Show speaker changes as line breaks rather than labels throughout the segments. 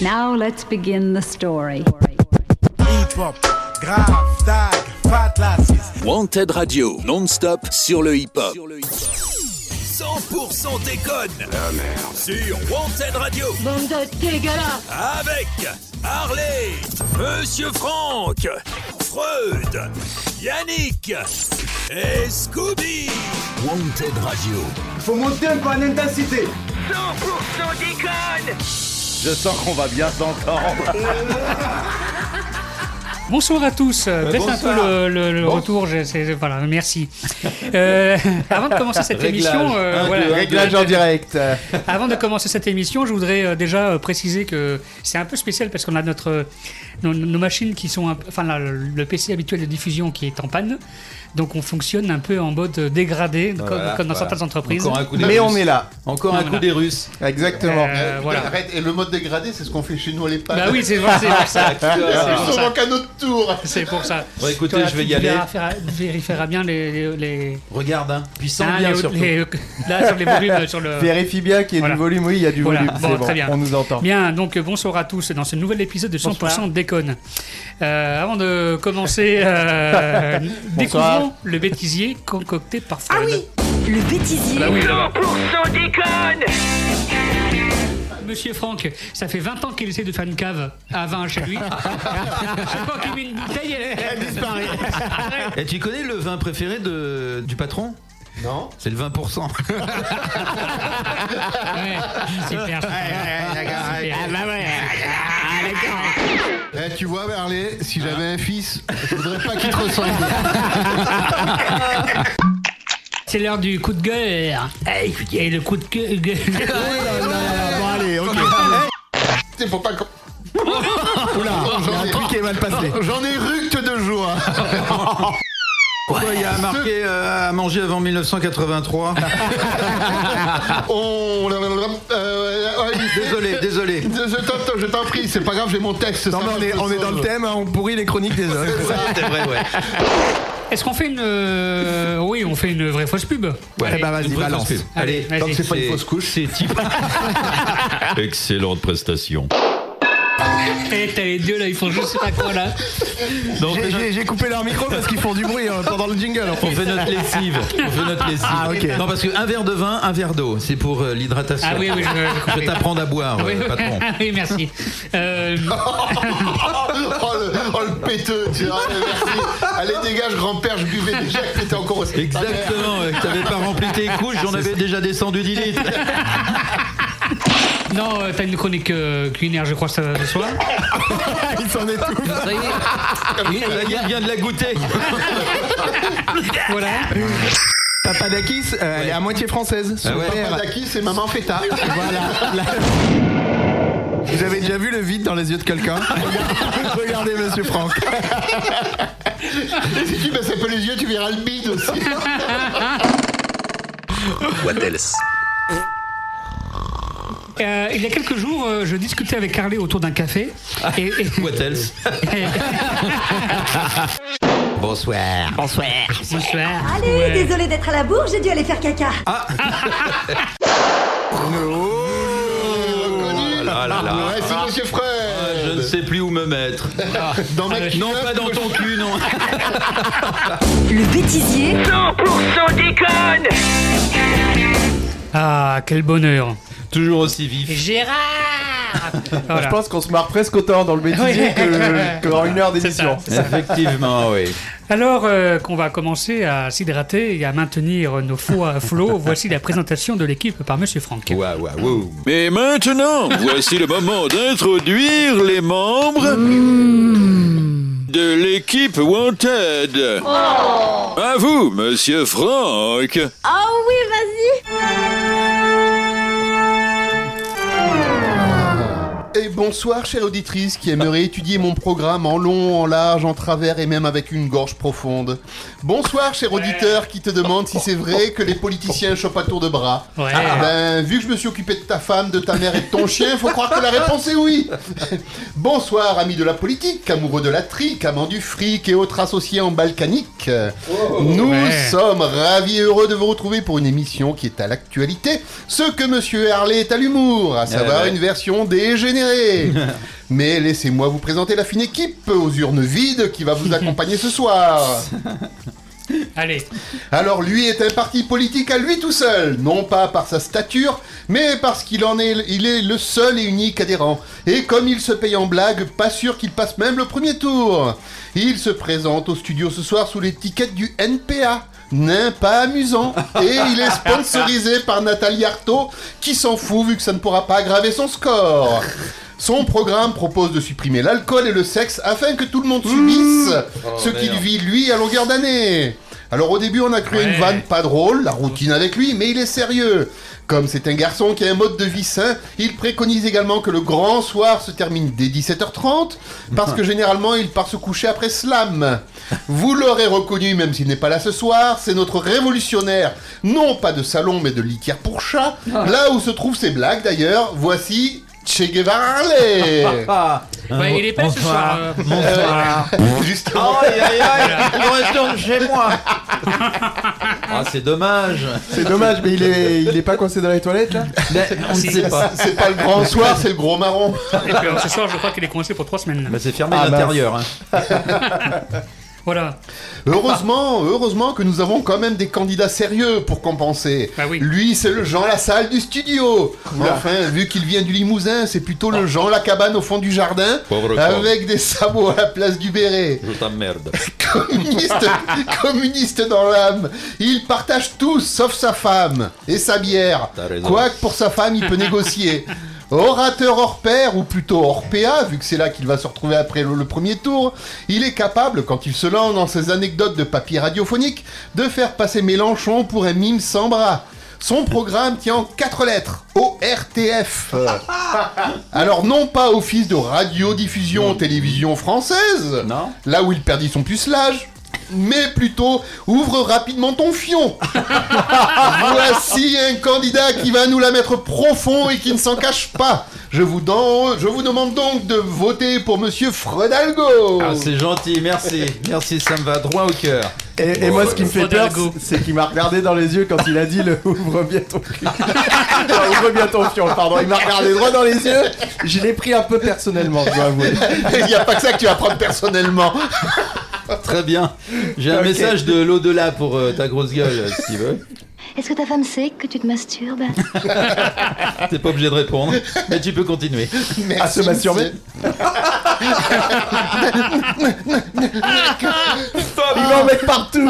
Now let's begin the story.
Hip-hop, grave, tag, fat lassis.
Wanted Radio, non-stop sur le hip-hop.
100% déconne. Sur Wanted Radio. Avec Harley, Monsieur Franck, Freud, Yannick et Scooby. Wanted Radio.
Faut monter un peu en intensité.
Je sens qu'on va bien s'entendre.
Bonsoir à tous.
Euh,
Baisse un peu le, le- le retour. je- c'est- voilà, merci. Euh, avant de commencer cette émission, euh, voilà, Euh,
Réglage en direct.
avant de commencer cette émission, je voudrais euh, déjà euh, préciser que c'est un peu spécial parce qu'on a notre euh, nos, nos machines qui sont un peu- enfin la- le PC habituel de diffusion qui est en panne. Donc on fonctionne un peu en mode dégradé comme, comme dans certaines entreprises.
Ah, Encore un coup des
Mais
Russes.
on est là.
Encore un coup des Russes.
Exactement.
Euh, voilà.
Arrête, et le mode dégradé, c'est ce qu'on fait chez nous à l'EHPAD.
Bah oui, c'est vrai, c'est pour ça. C'est
on
pour
se
ça.
manque à notre tour.
C'est pour ça.
Bon, écoutez,
Toi,
je vais
tu
y aller.
vérifiera- vérifiera bien les- les- les
Regarde, hein. Puissant
Ah,
bien
les-
surtout.
les- là, sur les volumes, euh, sur le.
Vérifie bien qu'il y ait
Voilà.
du volume. Oui, il y a du
Voilà.
volume.
Bon,
c'est
très bien.
On nous entend.
Bien, donc euh, bonsoir à tous dans ce nouvel épisode de 100% déconne. Euh, avant de commencer, euh,
Bonsoir.
découvrons le bêtisier concocté par Fred.
Ah Le bêtisier.
Bah oui. Monsieur Franck, ça fait 20 ans qu'il essaie de faire une cave à vin chez lui. Chaque fois qu'il met une bouteille, elle, elle disparaît.
Et tu connais le vin préféré de, du patron
Non.
C'est le 20%.
Ouais, super.
Ah,
Super.
Eh, tu vois, Harley, si j'avais un fils, je voudrais pas qu'il te ressemble.
C'est l'heure du coup de gueule. Eh, écoutez, le coup de gueule.
Oh
C'est pour pas qu'on. Oula, j'en ai,
mal passé.
j'en ai ructe de joie.
Pourquoi il y a marqué euh, à manger avant 1983
On. euh, euh,
Désolé, désolé.
Je je t'en- je t'en prie, c'est pas grave, j'ai mon texte. ça va, je te sauve.
thème, hein, on pourrit les chroniques des autres.
C'est vrai, ouais.
Est-ce qu'on fait une. euh, Oui, on fait une vraie fausse pub. Allez.
bah, vas-y,
Une vraie
balance.
fausse pub. Allez,
ben, Allez,
tant
vas-y.
que c'est pas une fausse couche, c'est type. Excellente prestation.
Eh, t'as les deux là, ils font je sais pas quoi là.
Donc,
J'ai- j'ai- J'ai coupé leur micro parce qu'ils font du bruit euh, pendant le jingle. en
on
fait.
fait notre lessive. On fait notre lessive.
Ah, ok.
Non, parce qu'un verre de vin, un verre d'eau, c'est pour euh, l'hydratation.
Ah oui, oui, je, je
Je
comprends.
vais t'apprendre à boire,
Oui,
euh, patron.
oui, merci. Euh,
Oh le, oh, le péteux, tu vois, merci. Allez, dégage, grand-père, je buvais déjà que t'étais encore aussi.
Exactement, ouais, que t'avais pas rempli tes couches, j'en avais déjà descendu 10 litres.
non, euh, t'as une chronique euh, culinaire, je crois, ce ce soir.
Ils s'en étouffent.
La gueule vient de la goûter.
Voilà.
Papadakis, euh, elle est à moitié française. Son
Ah ouais.
père.
Padaki, c'est maman feta.
Voilà. La- Vous avez déjà vu le vide dans les yeux de quelqu'un Regardez, monsieur Franck.
Et si tu baisses un peu les yeux, tu verras le bide aussi.
What else?
Euh, il y a quelques jours, euh, je discutais avec Carly autour d'un café. Et, et-
What else Bonsoir.
Bonsoir.
Allez, désolé d'être à la bourre, j'ai dû aller faire caca.
Ah
Connu.
Oh là là là.
Ouais, c'est monsieur frère.
Je ne sais plus où me mettre.
Dans ma
Non, pas dans ton cul, non.
Le bêtisier.
Ah, quel bonheur.
Toujours aussi vif.
Gérard
Je
Voilà.
pense qu'on se marre presque autant dans le bêtisier
Ouais.
que, que dans une heure
C'est ça.
d'émission.
Effectivement, oui.
Alors euh, qu'on va commencer à s'hydrater et à maintenir nos foies à flot, voici la présentation de l'équipe par Monsieur Franck.
Waouh,
Ah,
waouh, waouh.
Mais maintenant, voici le moment d'introduire les membres de l'équipe Wanted. À vous, monsieur Franck.
Oh oui, vas-y.
Et bonsoir, chère auditrice qui aimerait étudier mon programme en long, en large, en travers et même avec une gorge profonde. Bonsoir, cher auditeur qui te demande si c'est vrai que les politiciens chopent à tour de bras.
Ouais.
Ah ben, vu que je me suis occupé de ta femme, de ta mère et de ton chien, faut croire que la réponse est oui. Bonsoir, amis de la politique, amoureux de la trique, amants du fric et autres associés en balkanique.
Euh,
Nous
Ouais.
sommes ravis et heureux de vous retrouver pour une émission qui est à l'actualité, ce que Monsieur Harley est à l'humour, à savoir
Ah ouais.
une version dégénérée préféré. Mais laissez-moi vous présenter la fine équipe aux urnes vides qui va vous accompagner ce soir.
Allez.
Alors lui est un parti politique à lui tout seul, non pas par sa stature, mais parce qu'il en est, il est le seul et unique adhérent. Et comme il se paye en blague, pas sûr qu'il passe même le premier tour. Il se présente au studio ce soir sous l'étiquette du NPA. Nain pas amusant. Et il est sponsorisé par Nathalie Arthaud, qui s'en fout vu que ça ne pourra pas aggraver son score. Son programme propose de supprimer l'alcool et le sexe afin que tout le monde subisse ce qu'il
merde.
vit lui à longueur d'année. Alors au début on a cru à une vanne pas drôle, la routine avec lui, mais il est sérieux. Comme c'est un garçon qui a un mode de vie sain, il préconise également que le grand soir se termine dès 17h30, parce que généralement il part se coucher après slam. Vous l'aurez reconnu, même s'il n'est pas là ce soir, c'est notre révolutionnaire, non pas de salon mais de litière pour chat.
Ah.
Là où se trouvent ses blagues d'ailleurs, voici Che Guevara.
Ouais, il est pas là ce soir. euh,
Bonsoir. Justement.
Aïe aïe aïe, je retourne chez moi. Ah, c'est dommage.
C'est dommage, mais il est, il est pas coincé dans les toilettes là
on ne sait pas.
C'est pas le grand soir, c'est le gros marron.
Eh, Et puis, alors, ce soir, je crois qu'il est coincé pour trois semaines.
Bah, c'est fermé
Ah,
l'intérieur.
mince.
hein.
Voilà.
Heureusement, heureusement que nous avons quand même des candidats sérieux pour compenser. Lui, c'est le Jean Lassalle du studio. Enfin, vu qu'il vient du Limousin, c'est plutôt le Jean la cabane au fond du jardin,
Pauvre con.
avec des sabots à la place du béret.
Je t'emmerde.
communiste, communiste dans l'âme. Il partage tout sauf sa femme et sa bière.
raison.
Quoique pour sa femme, il peut négocier. Orateur hors pair, ou plutôt hors PA, vu que c'est là qu'il va se retrouver après le, le premier tour, il est capable, quand il se lance dans ses anecdotes de papier radiophonique, de faire passer Mélenchon pour un mime sans bras. Son programme tient en quatre lettres. ORTF. Alors non pas office de radiodiffusion télévision française, là où il perdit son pucelage, mais plutôt ouvre rapidement ton fion. Voici un candidat qui va nous la mettre profond et qui ne s'en cache pas. Je vous, dan- je vous demande donc de voter pour Monsieur
Oh.
Fredalgo.
Ah, c'est gentil, merci. Merci, ça me va droit au cœur. Oh,
Et, et moi, ce qui me fait peur, c'est- c'est qu'il m'a regardé dans les yeux quand il a dit le ouvre bien ton cul. Non, ouvre bien ton fion, Oh, pardon. Il m'a regardé droit dans les yeux. Je l'ai pris un peu personnellement, je dois avouer.
Il n'y a pas que ça que tu vas prendre personnellement.
Très bien. J'ai un
Ok.
message de l'au-delà pour euh, ta grosse gueule, euh, si tu veux.
Est-ce que ta femme sait que tu te masturbes
T'es pas obligé de répondre, mais tu peux continuer.
Merci, À se masturber monsieur.
Il va en mettre partout.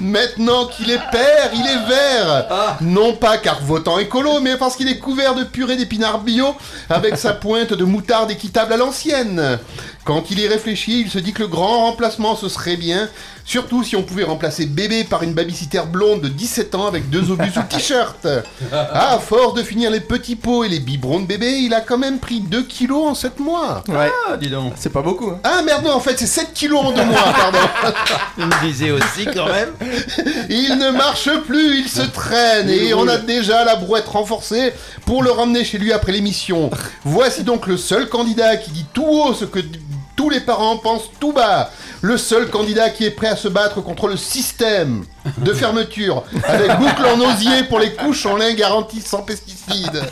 Maintenant qu'il est père, il est vert. Non pas car votant écolo, mais parce qu'il est couvert de purée d'épinards bio avec sa pointe de moutarde équitable à l'ancienne. Quand il y réfléchit, il se dit que le grand remplacement ce serait bien, surtout si on pouvait remplacer bébé par une babysitter blonde de 17 ans avec deux obus sous t-shirt. Ah, à force de finir les petits pots et les biberons de bébé, il a quand même pris 2 kilos en 7 mois.
Ah, dis donc.
C'est pas beaucoup.
Ah merde, non, en fait, c'est 7 kilos en deux mois, pardon.
Il me disait aussi quand même.
Il ne marche plus, il se traîne et on a déjà la brouette renforcée pour le ramener chez lui après l'émission. Voici donc le seul candidat qui dit tout haut ce que d- tous les parents pensent tout bas. Le seul candidat qui est prêt à se battre contre le système de fermeture avec boucle en osier pour les couches en lin garantie sans pesticides.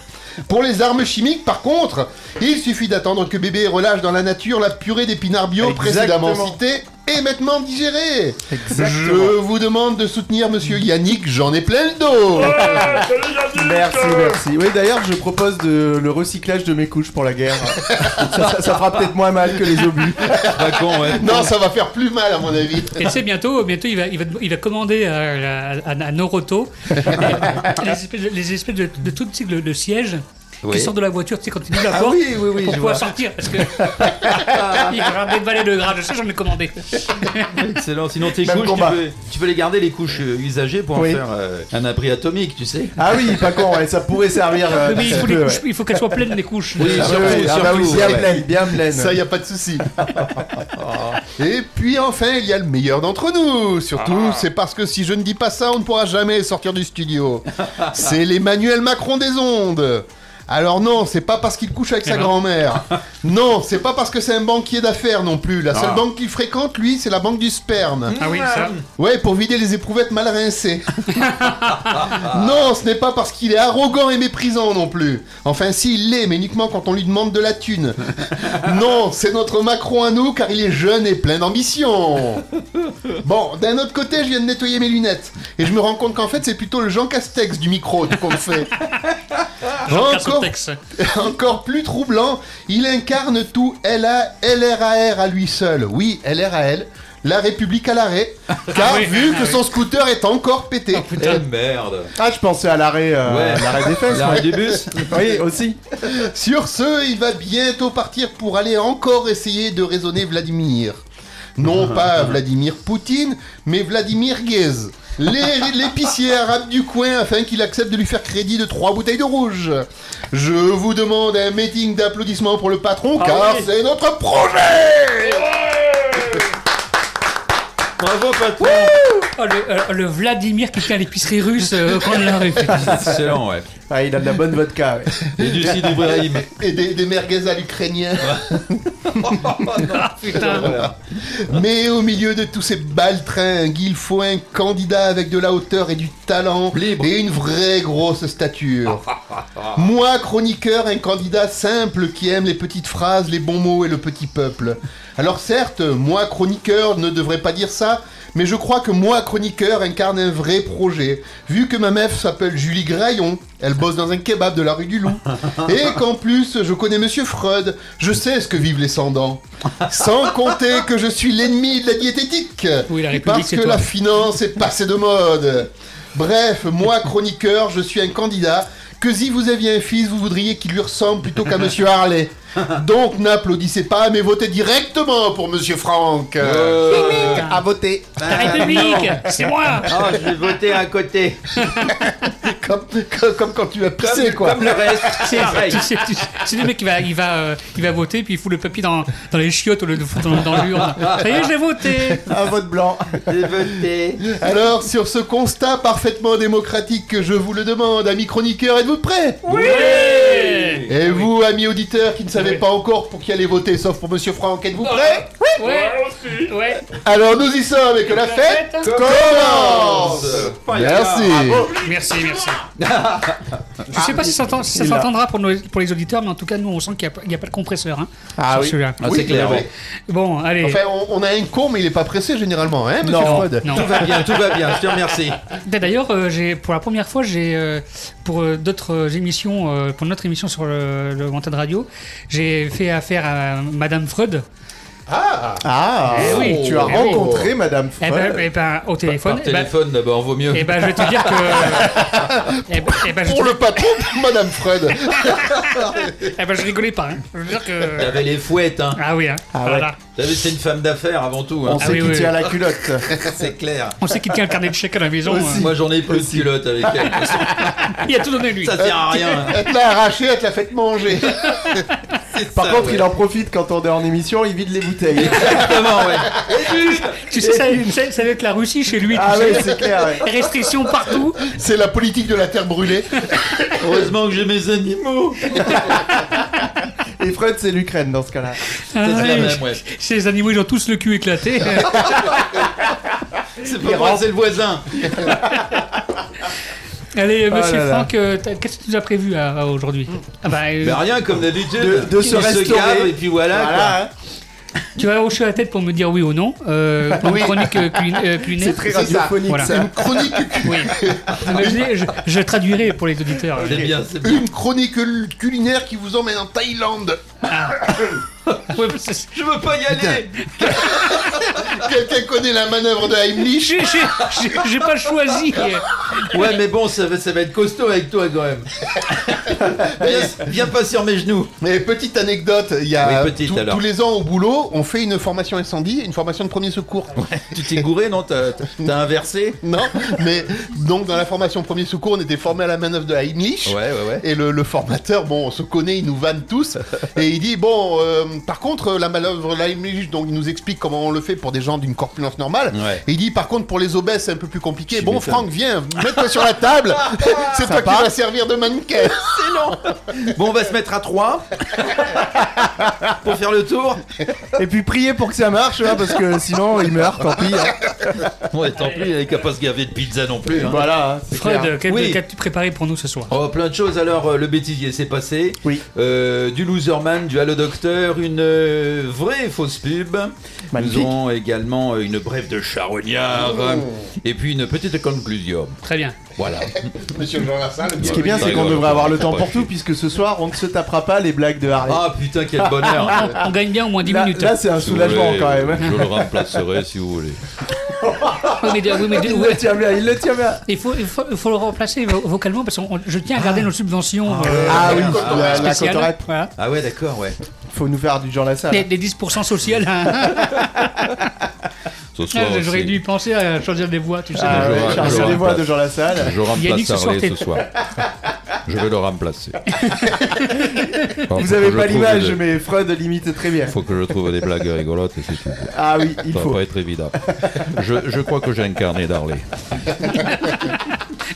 Pour les armes chimiques, par contre, il suffit d'attendre que bébé relâche dans la nature la purée d'épinards bio précédemment
Exactement.
citée et maintenant digérée.
Exactement.
Je vous demande de soutenir monsieur Yannick, j'en ai plein le dos.
Merci, merci. Oui, d'ailleurs, je propose de, le recyclage de mes couches pour la guerre. ça, ça- ça fera peut-être moins mal que les obus. Ah
Pas con, ouais.
Non, ça va faire plus mal à mon avis.
Et tu sais, bientôt, bientôt il, va, il, va, il va commander euh, à, à, à- à Noroto les espèces, de- les espèces de, de tout petits de, de sièges
Oui.
qui sortent de la voiture, tu sais, quand tu dis la
Ah
porte,
oui, oui, oui,
pour
je
pouvoir
vois.
sortir. Parce que. il va avoir des balais de gras, je sais, j'en ai commandé.
Excellent. Sinon, tes
Même
couches, tu
combat.
peux, tu peux les garder, les couches euh, usagées, pour
Oui.
en faire euh, un abri atomique, tu sais.
Ah oui, pas con, ouais, ça pourrait servir. euh,
Mais il
un
faut,
petit
les
peu,
couches-
ouais.
il faut qu'elles soient pleines, les couches.
Oui,
Ah,
surtout,
oui, oui, ah bah oui,
surtout,
bien
ouais.
pleine, bien pleine.
Ça, y a pas de souci. Et puis enfin, il y a le meilleur d'entre nous.
Ah.
Surtout, c'est parce que si je ne dis pas ça, on ne pourra jamais sortir du studio. C'est l'Emmanuel Macron des ondes. Alors non, c'est pas parce qu'il couche avec
Eh ben.
sa grand-mère. Non, c'est pas parce que c'est un banquier d'affaires non plus. La seule
Ah.
banque qu'il fréquente, lui, c'est la banque du sperme.
Ah oui, ça.
Ouais, pour vider les éprouvettes mal rincées. non, ce n'est pas parce qu'il est arrogant et méprisant non plus. Enfin, si, il l'est, mais uniquement quand on lui demande de la thune. non, c'est notre Macron à nous, car il est jeune et plein d'ambition. Bon, d'un autre côté, je viens de nettoyer mes lunettes. Et je me rends compte qu'en fait, c'est plutôt le Jean Castex du micro qu'on le fait. Encore, encore plus troublant, il incarne tout LA, LRAR à lui seul. Oui, LRAL. La République à l'arrêt, car
oui,
vu
ah
que
oui.
son scooter est encore pété.
Eh, merde.
Ah, je pensais à l'arrêt euh,
Ouais.
l'arrêt des fesses.
L'arrêt
ouais.
du bus.
oui, aussi.
Sur ce, il va bientôt partir pour aller encore essayer de raisonner Vladimir. Non pas Vladimir Poutine, mais Vladimir Guez. l'é- L'épicier arabe du coin afin qu'il accepte de lui faire crédit de trois bouteilles de rouge. Je vous demande un meeting d'applaudissements pour le patron
Ah
car
oui.
c'est notre projet
Bravo, patron
Oh, le, euh, le Vladimir qui tient à l'épicerie russe euh, au coin de la rue.
Excellent, ouais.
Ah, il a de la bonne vodka. ouais.
Et du Sid Ibrahim.
Et des, des merguez à l'ukrainien.
Putain.
Mais au milieu de tous ces baltringues, il faut un candidat avec de la hauteur et du talent et une vraie grosse stature. Moi, chroniqueur, un candidat simple qui aime les petites phrases, les bons mots et le petit peuple. Alors certes, moi, chroniqueur, ne devrais pas dire ça, mais je crois que moi, chroniqueur, incarne un vrai projet. Vu que ma meuf s'appelle Julie Graillon, elle bosse dans un kebab de la rue du Loup, et qu'en plus, je connais Monsieur Freud, je sais ce que vivent les sans-dents. Sans compter que je suis l'ennemi de la diététique,
République,
parce
c'est
que
toi.
la finance est passée de mode. Bref, moi, chroniqueur, je suis un candidat que si vous aviez un fils, vous voudriez qu'il lui ressemble plutôt qu'à Monsieur Harley. Donc n'applaudissez pas, mais votez directement pour Monsieur Franck.
Euh, Mimique.
à voter.
La République, c'est moi.
Oh, Ben, je vais voter à côté.
comme, comme, comme quand tu as pissé,
Comme-
quoi.
comme le reste, c'est
Ah,
pareil.
tu sais, tu sais, C'est le mec qui va, il va, euh, il va voter, puis il fout le papier dans, dans les chiottes au lieu de le foutre dans, dans l'urne. Ça y est, j'ai voté
Un vote blanc.
Alors, sur ce constat parfaitement démocratique que je vous le demande, amis chroniqueurs, êtes-vous prêts Oui
Ah
Et vous, amis auditeurs qui ne savez pas encore pour qui aller voter, sauf pour Monsieur Franck, êtes-vous
Ah.
prêts
Oui Ouais, ouais.
Alors, nous y sommes et que la fête commence Merci Ah,
Merci, merci.
Ah.
Je sais pas si ça s'entend- si ça
Il a-
s'entendra pour, nos- pour les auditeurs, mais en tout cas, nous, on sent qu'il n'y a, pas de compresseur. Hein,
Ah
sur
oui.
celui-là.
Ah, c'est Oui, clair, mais-
Bon, allez.
Enfin, on, on a un con, mais il est pas pressé généralement,
Eh,
hein, Monsieur
Non,
Freud
non. Tout va bien, tout va bien, je te
remercie.
D'ailleurs, euh, j'ai pour la première fois, j'ai euh, pour euh, d'autres euh, émissions, euh, pour notre émission sur le, le Wanted Radio, j'ai fait affaire à Madame Freud.
Ah
Ah,
Eh oui.
tu as
Eh oui.
rencontré Madame
Eh
Freud.
ben, eh ben, au téléphone.
Par
eh ben,
téléphone d'abord, vaut mieux.
eh ben, je vais te dire que. eh ben, eh ben, je,
Pour le patron, pour Madame Freud
eh ben, je rigolais pas. hein. Je veux dire que.
T'avais les fouettes, hein.
Ah oui, hein.
Ah
Voilà. Ah
T'as vu, c'est une femme d'affaires avant tout. Hein.
On sait qui tient la culotte.
c'est clair.
On sait qu'il tient le carnet de chèques à la maison. euh.
Moi, j'en ai plus de culotte avec elle.
Il a tout donné lui.
Ça sert à rien.
Elle te l'a arraché, elle te l'a fait manger
Par
ça,
contre,
ouais.
il en profite quand on est en émission, il vide les bouteilles.
Exactement, ouais.
Tu sais, ça, ça, ça doit être la Russie chez lui.
Ah
tu
ouais,
sais.
c'est clair, ouais.
Restrictions partout.
C'est la politique de la terre brûlée
Heureusement que j'ai mes animaux.
Et Freud, c'est l'Ukraine dans ce cas-là.
Ah
C'est la
oui.
même, ouais.
Chez les animaux, ils ont tous le cul éclaté.
C'est pas moi, c'est le voisin.
Allez,
Oh
monsieur
là là.
Franck, euh, t'as- qu'est-ce que tu nous as prévu à- à aujourd'hui Ah bah, euh,
Bah rien, comme d'habitude.
De- de se
Il
restaurer.
gave, et puis voilà.
Voilà,
quoi.
hein.
Tu vas hocher la tête pour me dire oui ou non. Euh, pour
Oui.
une chronique euh, culina- euh, culinaire.
C'est très radiophonique,
Voilà.
ça.
Une chronique
Oui. Ah, mais je, l'ai- je- je traduirai pour les auditeurs.
C'est bien, c'est bien.
Une chronique culinaire qui vous emmène en Thaïlande.
Ah. Ouais, parce que c'est-
Je veux pas y aller.
Quelqu'un connaît la manœuvre de Heimlich
j'ai- j'ai-
hein.
j'ai- J'ai pas choisi.
Ouais, mais bon, ça va, ça va être costaud avec toi quand même. viens, viens pas sur mes genoux.
Mais petite anecdote, il y a
Oui, petite,
Euh, tous-
alors.
tous les ans au boulot, on fait une formation incendie, et une formation de premier secours.
Tu t'es gouré, non T'as t'as inversé
Non, mais donc dans la formation premier secours, on était formé à la manœuvre de Heimlich.
Ouais, ouais, ouais.
Et le, le formateur, bon, on se connaît, il nous vanne tous. Et il dit Bon, euh, par contre, euh, la manœuvre Leibniz, donc il nous explique comment on le fait pour des gens d'une corpulence normale. Et il dit, par contre, pour les obèses, c'est un peu plus compliqué. Bon,
m'étonnes.
Franck, viens, mets-toi sur la table. c'est
Ça
toi
part.
qui vas servir de mannequin.
C'est long. Bon, on va se mettre à trois pour faire le tour.
Et puis priez pour que ça marche, hein, parce que sinon il meurt, tant pis. hein.
Ouais, tant pis, il n'y a qu'à pas se gaver de pizza non plus. hein.
Voilà, hein, c'est
Fred,
clair.
euh, qu'as-
Oui.
qu'as-tu préparé pour nous ce soir
Oh, plein de choses. Alors, euh, le bêtisier s'est passé. Oui. du Loserman, du Halo Docteur, une euh, vraie fausse pub. Nous avons également euh, une brève de charognard. hein,
Oh.
Et puis une petite conclusion.
Très bien.
Voilà.
Monsieur Jean Lassalle,
Ce qui est bien, c'est qu'on devrait avoir le temps pour tout, puisque ce soir on ne se tapera pas les blagues de Harley.
Ah putain, quel bonheur.
Ah, on, on gagne bien au moins 10
Là-
minutes.
là, c'est un
Si vous
soulagement,
voulez,
quand même. hein.
Je le remplacerai si vous voulez.
Oui, mais de- oui, mais de-
Il
ouais.
le tient bien, il le tient bien.
Il faut, il faut, il faut le remplacer vo- vocalement parce que je tiens à garder nos subventions. euh,
Ah oui,
euh,
la- la
spéciales.
cotorette.
Voilà.
Ah ouais, d'accord, ouais.
Faut nous faire du genre la
Les,
salle. hein.
les 10% sociales. hein.
Ce
Ah,
soir,
J'aurais
c'est-
dû y penser à changer euh, des voix, tu sais.
Ah
Je
ouais,
ra-
Charles
je
Salle des Voix
remplace-
de Jean Lassalle.
Je remplace
Yannick, ce soir,
Harley
t'es-
ce soir. Je vais le remplacer.
Vous avez pas l'image, mais Freud limite très bien.
Il faut que je trouve des blagues rigolotes, si tu veux.
Ah oui, il
Ça va
faut.
pas être évident. Je, je crois que j'ai incarné Darley.
Euh,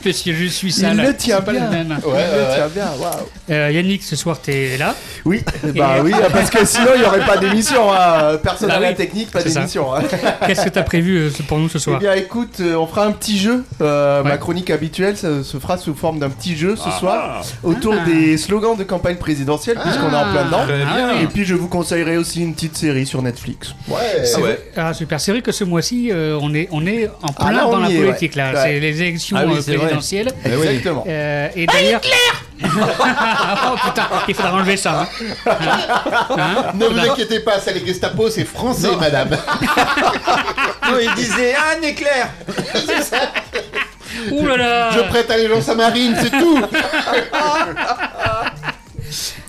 Parce que je suis sale.
Il le tient
C'est pas
bien.
le même.
Il le tient bien, waouh.
Euh, Yannick, ce soir, t'es là.
Oui, bah oui, parce que sinon il n'y aurait pas d'émission. hein. Personne
Bah
à la
oui,
technique, pas
c'est ça.
d'émission. hein.
Qu'est-ce que t'as prévu euh, pour nous ce
Eh
soir
bien écoute, euh, on fera un petit jeu. Euh, Ma chronique habituelle ça se fera sous forme d'un petit jeu
Ah
ce soir autour
Ah.
des slogans de campagne présidentielle puisqu'on est en plein dedans.
Ah, Très bien.
Et puis je vous conseillerai aussi une petite série sur Netflix.
Ouais.
Ah ouais.
vrai- Ah, super. C'est vrai que ce mois-ci, euh, on, est, on est en
Ah,
plein
là, on
dans la
y est, ouais.
politique. là.
Ouais.
C'est les élections
Ah oui,
euh,
c'est vrai.
présidentielles.
Eh oui.
Exactement.
Euh, et d'ailleurs. oh putain, il faudra enlever ça. hein.
Ne vous inquiétez pas, ça les Gestapo, c'est français, madame.
Non, il disait Anne et Claire.
Ouh là là
Je prête allégeance à Marine, c'est tout.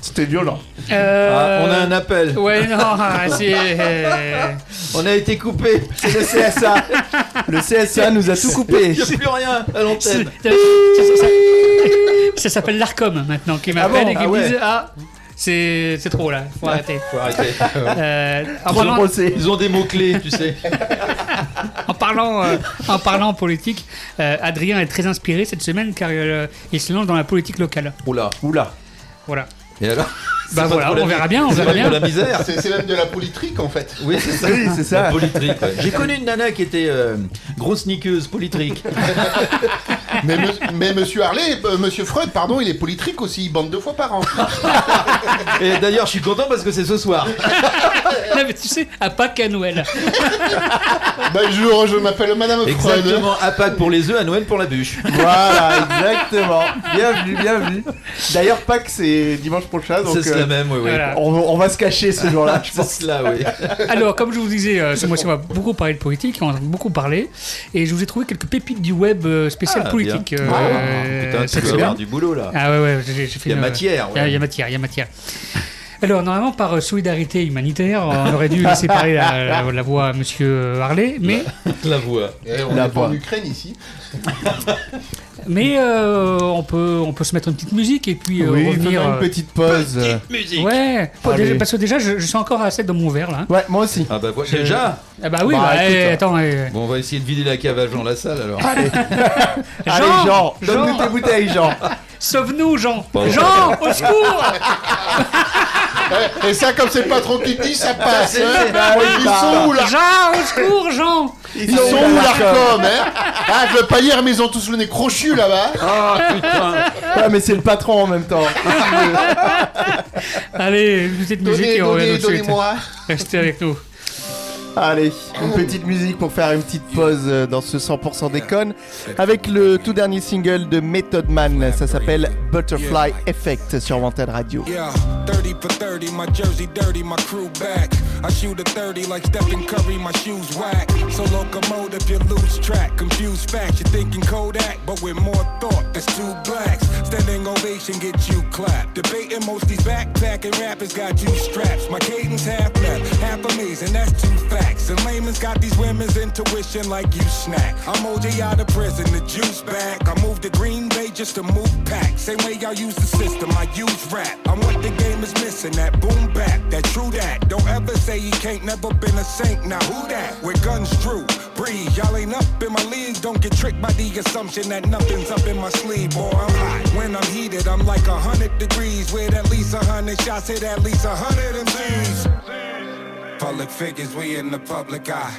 C'était violent.
Euh,
Ah, on a un appel.
Ouais, non, ah, c'est. euh,
On a été coupé.
C'est le CSA. le CSA nous a tout coupé.
Il n'y a plus rien à l'antenne.
c'est- c'est- c'est- Ça s'appelle l'ARCOM maintenant, qui m'appelle
bon
et qui
Ah
me
ouais. Ah,
disent Ah, c'est c'est trop là, faut arrêter.
Faut arrêter.
Euh, en
Trop
parlant,
brossé.
Ils ont des mots-clés, tu sais.
en parlant, euh, en parlant politique, euh, Adrien est très inspiré cette semaine car euh, il se lance dans la politique locale.
Oula.
Oula.
Voilà.
Et alors C'est
Bah
pas
voilà,
pour la
on
mi-
verra bien, on
c'est
verra
pas pour
bien.
la misère.
C'est c'est même de la politrique, en fait.
Oui, c'est ça.
Oui, c'est ça.
La polytrique, ouais. J'ai connu une nana qui était euh, grosse niqueuse, polytrique.
Mais, me- mais monsieur Harley, euh, monsieur Freud, pardon, il est politrique aussi, il bande deux fois par an.
Et d'ailleurs, je suis content parce que c'est ce soir.
Non, mais tu sais, à Pâques à Noël.
Bonjour, Bah, je m'appelle madame Freud.
Exactement, à Pâques pour les œufs, à Noël pour la bûche.
Voilà, exactement. Bien vu, bien vu. D'ailleurs, Pâques, c'est dimanche prochain, donc
C'est
euh,
cela même, oui, oui.
Voilà.
on, on va se cacher ce jour-là, je
C'est
pense.
cela, oui.
Alors, comme je vous disais, euh, ce mois-ci, on va beaucoup parler de politique, on va beaucoup parler, et je vous ai trouvé quelques pépites du web euh, spécial
Ah,
politique.
bien. Ah,
euh,
Putain, tu
cette
dois
semaine.
avoir du boulot là.
Ah ouais, ouais, j'ai j'ai fait
Il y a
une-
matière,
Il y a-
ouais.
il y a matière, il y a matière. Alors, normalement, par euh, solidarité humanitaire, on aurait dû laisser parler la, la- la voix à monsieur Harley, mais,
La voix.
Eh, on
La
est pas en
voix.
Ukraine ici.
mais euh, on, peut, on peut se mettre une petite musique et puis euh,
Oui,
revenir.
faisons
euh,
une petite pause.
Musique.
Ouais, Bon,
Allez.
déjà- parce que déjà, je, je suis encore assez dans mon verre là. hein.
Ouais, moi aussi.
Ah bah voilà, déjà
Ah bah oui,
Bah,
bah,
écoute,
eh,
hein.
attends. eh.
Bon, on va essayer de vider la cave à Jean Lassalle alors.
Allez, Jean,
Jean.
donne-nous tes bouteilles, Jean.
Sauve-nous, Jean
Pardon.
Jean, au secours
Eh, Et ça, comme c'est pas trop qui dit, ça passe. hein.
Bah oui,
Ils
bah.
sont où, là
Jean, au secours, Jean
Ils sont où, l'ARCOM hein Ah, je veux pas dire, mais ils ont tous le nez crochu, là-bas.
Ah, Ouais, mais c'est le patron en même temps.
Ah, Allez, une petite musique
Donnez,
et on revient
donnez,
tout de suite.
donnez-moi.
Restez avec nous.
Allez, une petite musique pour faire une petite pause euh, dans ce 100% déconne avec le tout dernier single de Method Man. Ça s'appelle Butterfly Effect sur Wanted Radio.
Yeah, 30 for 30, my jersey dirty, my crew back. I shoot a 30 like Stephen Curry, my shoes whack. So locomotive, you lose track. Confused facts, you're thinking Kodak, but with more thought, there's two blacks. Standing ovation, get you clapped. Debating most these backpacking rappers got you straps. My cadence half left, half amazing, that's two facts. And layman's got these women's intuition like you snack. I'm OJ out of prison, the juice back. I moved to Green Bay just to move pack. Same way y'all use the system, I use rap. I'm what the game is missing, that boom back. that true that. Don't ever say he can't, never been a saint. Now who that? With guns true, breathe. Y'all ain't up in my league. Don't get tricked by the assumption that nothing's up in my sleeve. Boy, I'm hot. When I'm heated, I'm like a hundred degrees. With at least a hundred shots, hit at least a hundred and Z's. Public figures, we in the public eye.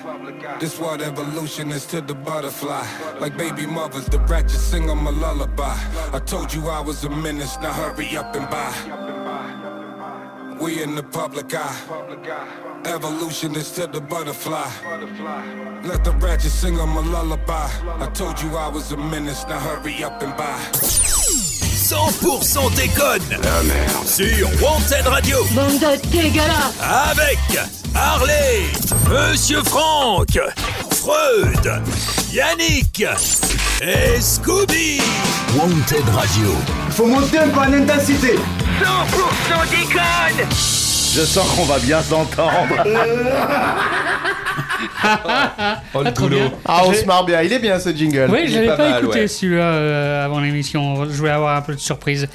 This what evolution is to the butterfly. Like baby mothers, the ratchet sing 'em a lullaby. I told you I was a menace, now hurry up and buy. We in the public eye. Evolution is to the butterfly. Let the ratchet sing 'em a lullaby. I told you I was a menace, now hurry up and buy.
100% déconne Sur Ah, Wanted Radio
Bande de dégueulasses
Ah,
Avec Harley, Monsieur Franck, Freud, Yannick et Scooby Wanted Radio
Faut monter un peu en intensité.
100% déconne
Je sens qu'on va bien s'entendre.
Oh, le boulot.
Ah, on se marre bien. Il est bien ce jingle.
Oui, j'avais pas, écouté celui-là euh, avant l'émission. Je voulais avoir un peu de surprise.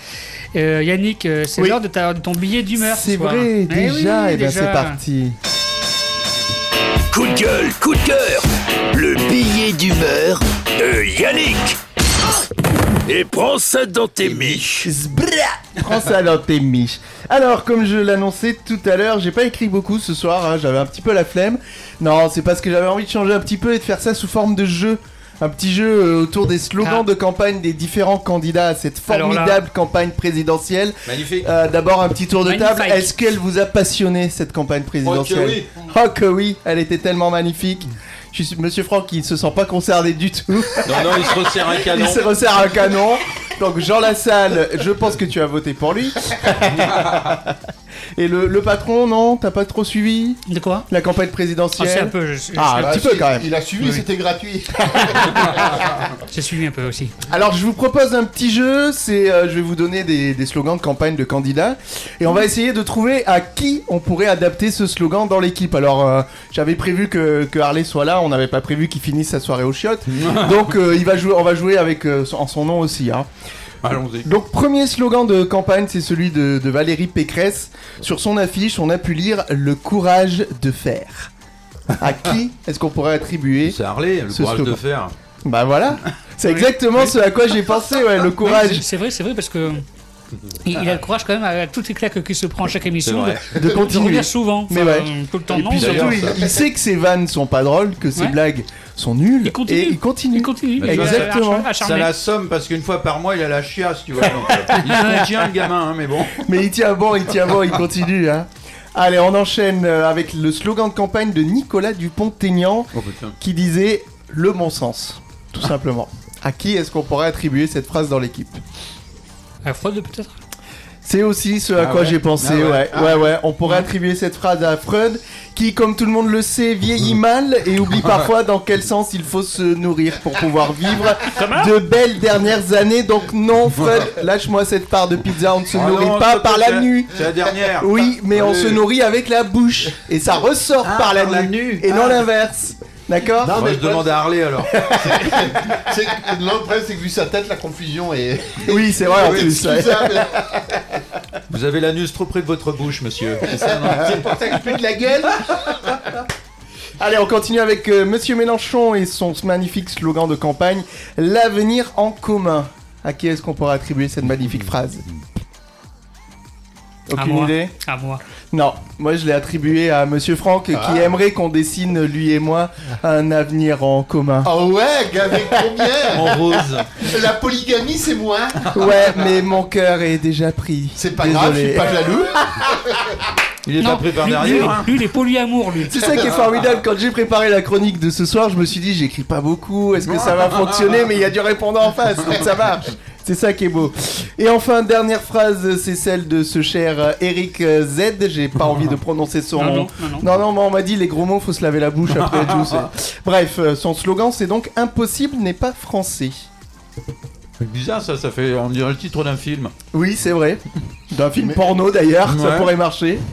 Euh, Yannick, euh, c'est
Oui.
l'heure de, ta- de ton billet d'humeur. ce
C'est
soir.
vrai,
Eh
déjà.
oui,
et bien,
déjà.
c'est parti.
Coup de gueule, coup de cœur Le billet d'humeur de Yannick Et prends ça dans tes miches
Prends ça dans tes miches. Alors, comme je l'annonçais tout à l'heure, j'ai pas écrit beaucoup ce soir, hein, j'avais un petit peu la flemme. Non, c'est parce que j'avais envie de changer un petit peu et de faire ça sous forme de jeu. Un petit jeu euh, autour des slogans de campagne des différents candidats à cette
Ah. Alors là-
formidable campagne présidentielle.
Magnifique.
Euh, D'abord, un petit tour de table.
Magnifique.
Est-ce qu'elle vous a passionné cette campagne présidentielle
oui.
Oh que oui, elle était tellement magnifique. Je suis... Monsieur Franck, il ne se sent pas concerné du tout.
Non, non, il se resserre un canon.
Il se resserre un canon. Donc Jean Lassalle, je pense que tu as voté pour lui. Et le, le patron, non T'as pas trop suivi
De quoi
La campagne présidentielle
Ah, c'est un peu, je- je-
ah, un
Bah,
petit
si,
peu quand même.
il a suivi, Oui.
c'était gratuit.
J'ai suivi un peu aussi.
Alors je vous propose un petit jeu, c'est euh, je vais vous donner des, des slogans de campagne de candidats et on va essayer de trouver à qui on pourrait adapter ce slogan dans l'équipe. Alors euh, j'avais prévu que, que Harley soit là, on n'avait pas prévu qu'il finisse sa soirée aux chiottes. Donc euh, il va jouer, on va jouer avec euh, son- en son nom aussi. Hein.
Allons-y.
Donc premier slogan de campagne, c'est celui de, de Valérie Pécresse. Sur son affiche, on a pu lire le courage de faire. À qui est-ce qu'on pourrait attribuer
C'est Harley, le
ce
courage de
slogan
faire.
Bah voilà, c'est exactement ce à quoi j'ai pensé, ouais, le
Oui,
courage.
c'est- C'est vrai, c'est vrai, parce que. Il, il a le courage quand même à toutes les claques qu'il se prend à chaque émission
vrai.
de,
De continuer.
revenir souvent,
Mais
Enfin,
ouais.
tout le temps.
Et
non,
puis
mais-
surtout, il, il sait que ses vannes sont pas drôles, que ses
Ouais.
blagues sont nulles.
continue.
Et il continue.
Mais Bah, tu vois,
Exactement.
ça- Ça l'assomme parce qu'une fois par mois, il a la chiasse, tu vois. donc, euh, il se contient, le gamin, hein, mais bon.
Mais il tient bon, il tient bon, il continue. Hein. Allez, on enchaîne euh, avec le slogan de campagne de Nicolas Dupont-Aignan
Oh,
qui disait le bon sens, tout simplement. À qui est-ce qu'on pourrait attribuer cette phrase dans l'équipe
À Freud peut-être
C'est aussi ce à
Ah
quoi
ouais
j'ai pensé,
Ah ouais.
ouais. Ouais,
Ah
ouais,
ouais.
On pourrait attribuer cette phrase à Freud, qui, comme tout le monde le sait,
Mm.
vieillit mal et oublie parfois dans quel sens il faut se nourrir pour pouvoir vivre de belles dernières années. Donc non, Freud, lâche-moi cette part de pizza, on ne se
Ah
nourrit
non,
pas
s'il te
par
plaît,
la nuit.
c'est la dernière.
Oui, mais on
Allez.
se nourrit avec la bouche. Et ça ressort
Ah,
par la,
par la
nuit.
nuit.
Et non
Ah.
l'inverse. D'accord
Moi, je demande à Harley alors.
C'est que- non, le problème, c'est que vu sa tête, la confusion est.
Oui, c'est vrai en
Oui,
plus. ouais.
excusable.
Vous avez l'anus trop près de votre bouche, monsieur.
C'est pour ça que je fais de la gueule.
Allez, on continue avec euh, Monsieur Mélenchon et son magnifique slogan de campagne L'avenir en commun. À qui est-ce qu'on pourrait attribuer cette magnifique phrase
À
Aucune
moi.
idée
À moi.
Non, moi je l'ai attribué à Monsieur Franck qui
Ah.
aimerait qu'on dessine, lui et moi, un avenir en commun.
Ah,
Oh ouais, gavé combien
En rose.
La polygamie, c'est Ah moi.
Ouais, mais mon cœur est déjà pris. C'est
Pas grave, je suis pas jaloux.
Il est
Non,
pas pris par
lui-
derrière.
lui-
hein.
Lui, il est polyamour, lui.
C'est ça qui est formidable. Quand j'ai préparé la chronique de ce soir, je me suis dit, j'écris pas beaucoup. Est-ce que ça va fonctionner Mais il y a du répondant en face, donc ça marche. C'est ça qui est beau. Et enfin, dernière phrase, c'est celle de ce cher euh, Eric euh, Z. J'ai pas envie de prononcer son
Non,
nom.
non,
Non, non, mais on m'a dit les gros mots, faut se laver la bouche après tout. c'est- Bref, euh, son slogan, c'est donc Impossible n'est pas français.
C'est bizarre ça, ça fait, on dirait le titre d'un film.
Oui, c'est vrai. D'un film porno d'ailleurs, ça
Ouais.
pourrait marcher.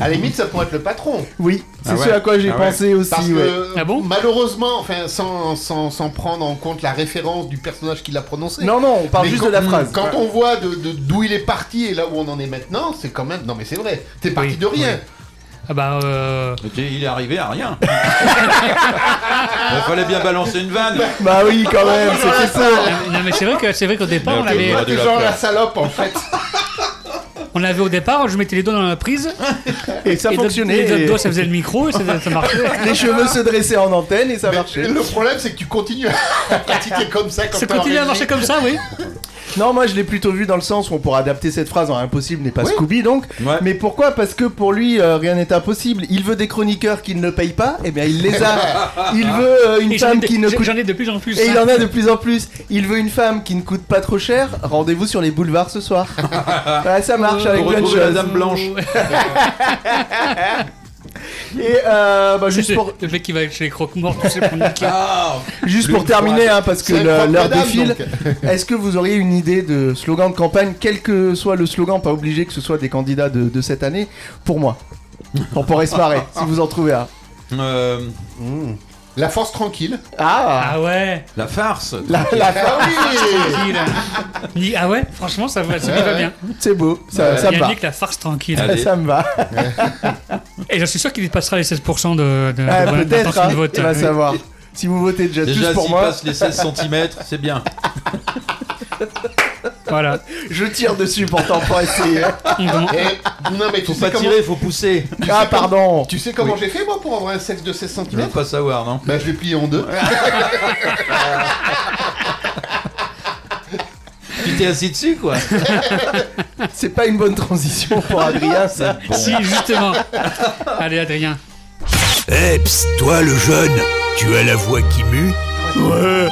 À la limite, ça pourrait être le patron. Ah
Oui, c'est ce à quoi j'ai
Ah
pensé aussi.
Parce que,
ouais.
malheureusement, enfin, sans, sans, sans prendre en compte la référence du personnage qui l'a prononcé.
Non, non, on parle
Mais
juste
quand-
de la phrase.
Quand
Ouais.
on voit de- de- d'où il est parti et là où on en est maintenant, c'est quand même. Non, mais c'est vrai, t'es parti de rien.
Ah bah.
Il est arrivé à rien. Il fallait bien balancer une vanne.
Bah oui, quand même, c'était ça.
Non, mais c'est vrai que c'est vrai qu'au départ, on
Mais
avait.
on a dû la faire.
salope en fait.
On l'avait au départ, je mettais les doigts dans la prise.
Et ça
d'autres-
fonctionnait.
Les
Et-
autres doigts, ça faisait le micro et ça, ça marchait.
Les cheveux se dressaient en antenne et ça marchait.
Le problème, c'est que tu continues à pratiquer comme ça quand
Ça
t'es en
continue à
régie.
marcher comme ça, oui.
Non, moi je l'ai plutôt vu dans le sens où on pourra adapter cette phrase en impossible n'est pas Scooby donc. Mais pourquoi Parce que pour lui euh, rien n'est impossible. Il veut des chroniqueurs qui ne payent pas, et bien il les a. Il veut euh, une
Et j'en ai
femme
de-
qui ne
j'en-
coûte.
J'en ai de plus en plus.
Et
hein.
il en a de plus en plus. Il veut une femme qui ne coûte pas trop cher. Rendez-vous sur les boulevards ce soir. Ouais, ça
Euh,
marche avec
Pour
plein de
retrouver la
choses.
dame blanche.
Et euh, bah,
Tu
juste
sais,
pour
Le mec qui va être chez les croque-morts, tu sais, pour niquer.
Juste
Ah. Le
pour terminer,
froid.
hein, parce que
C'est
le-
propre
l'heure
madame,
défile,
donc.
est-ce que vous auriez une idée de slogan de campagne, quel que soit le slogan, pas obligé que ce soit des candidats de, de cette année, pour moi On pourrait se marrer, si vous en trouvez un.
Mmh. La force tranquille. Ah
Ah,
ouais.
La farce.
La- la farce.
Tranquille. Ni- Ah ouais, franchement, ça, va- ça me
Ouais,
va
ouais.
bien.
C'est beau, ça,
Ouais.
ça me va.
Yannick, la farce tranquille.
Ça, ça me va.
Et je suis sûr qu'il dépassera les 16% de, de,
Ah,
de- de
Peut-être,
d'intention
hein,
de vote.
on va
Oui.
savoir. Si vous votez déjà,
Déjà,
tous pour
s'il
moi.
passe les 16 cm, c'est bien.
Voilà.
Je tire dessus pourtant pour essayer. Eh,
Et- non, mais tu
Faut
sais
pas
comment-
tirer, faut pousser.
tu sais
Ah,
comment-
pardon.
Tu sais comment
Oui.
j'ai fait moi pour avoir un sexe de 16
Tu veux
cm
pas savoir, non
Bah, je l'ai plié en deux.
Tu t'es assis dessus, quoi.
C'est pas une bonne transition pour Adrien, ça.
Si, justement. Allez, Adrien.
Eps, toi le jeune, tu as la voix qui mue Ouais.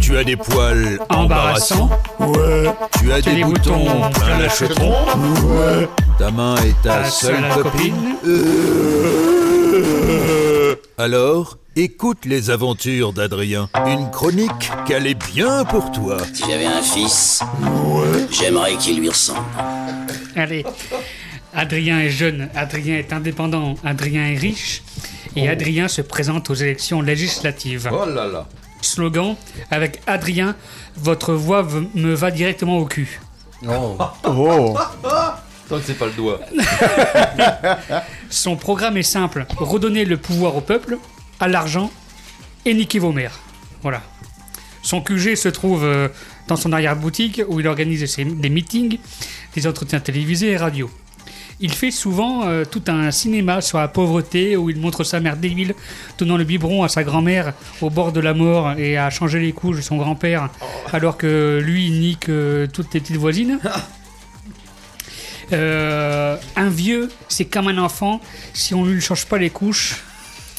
Tu as des poils
embarrassants
Ouais. Tu as
Tu as
des,
des
boutons,
boutons
plein
plein
la
l'acheton.
chetron Ouais.
Ta main est ta
Ta
seule
seule
copine. Euh.
Alors, écoute les aventures d'Adrien. Une chronique qu'elle est bien pour toi.
Si j'avais un fils, j'aimerais qu'il lui ressemble.
Allez. Adrien est jeune, Adrien est indépendant, Adrien est riche. Et
Oh.
Adrien se présente aux élections législatives.
Oh là là.
Slogan avec Adrien, votre voix v- me va directement au cul.
Oh.
Tant que c'est pas le doigt.
Son programme est simple redonner le pouvoir au peuple, à l'argent et niquer vos mères. Voilà. Son QG se trouve euh, dans son arrière-boutique où il organise ses- des meetings, des entretiens télévisés et radio. Il fait souvent euh, tout un cinéma sur la pauvreté où il montre sa mère débile donnant le biberon à sa grand-mère au bord de la mort et à changer les couches de son grand-père alors que lui il nique euh, toutes les petites voisines. Euh, un vieux, c'est comme un enfant. Si on ne lui change pas les couches,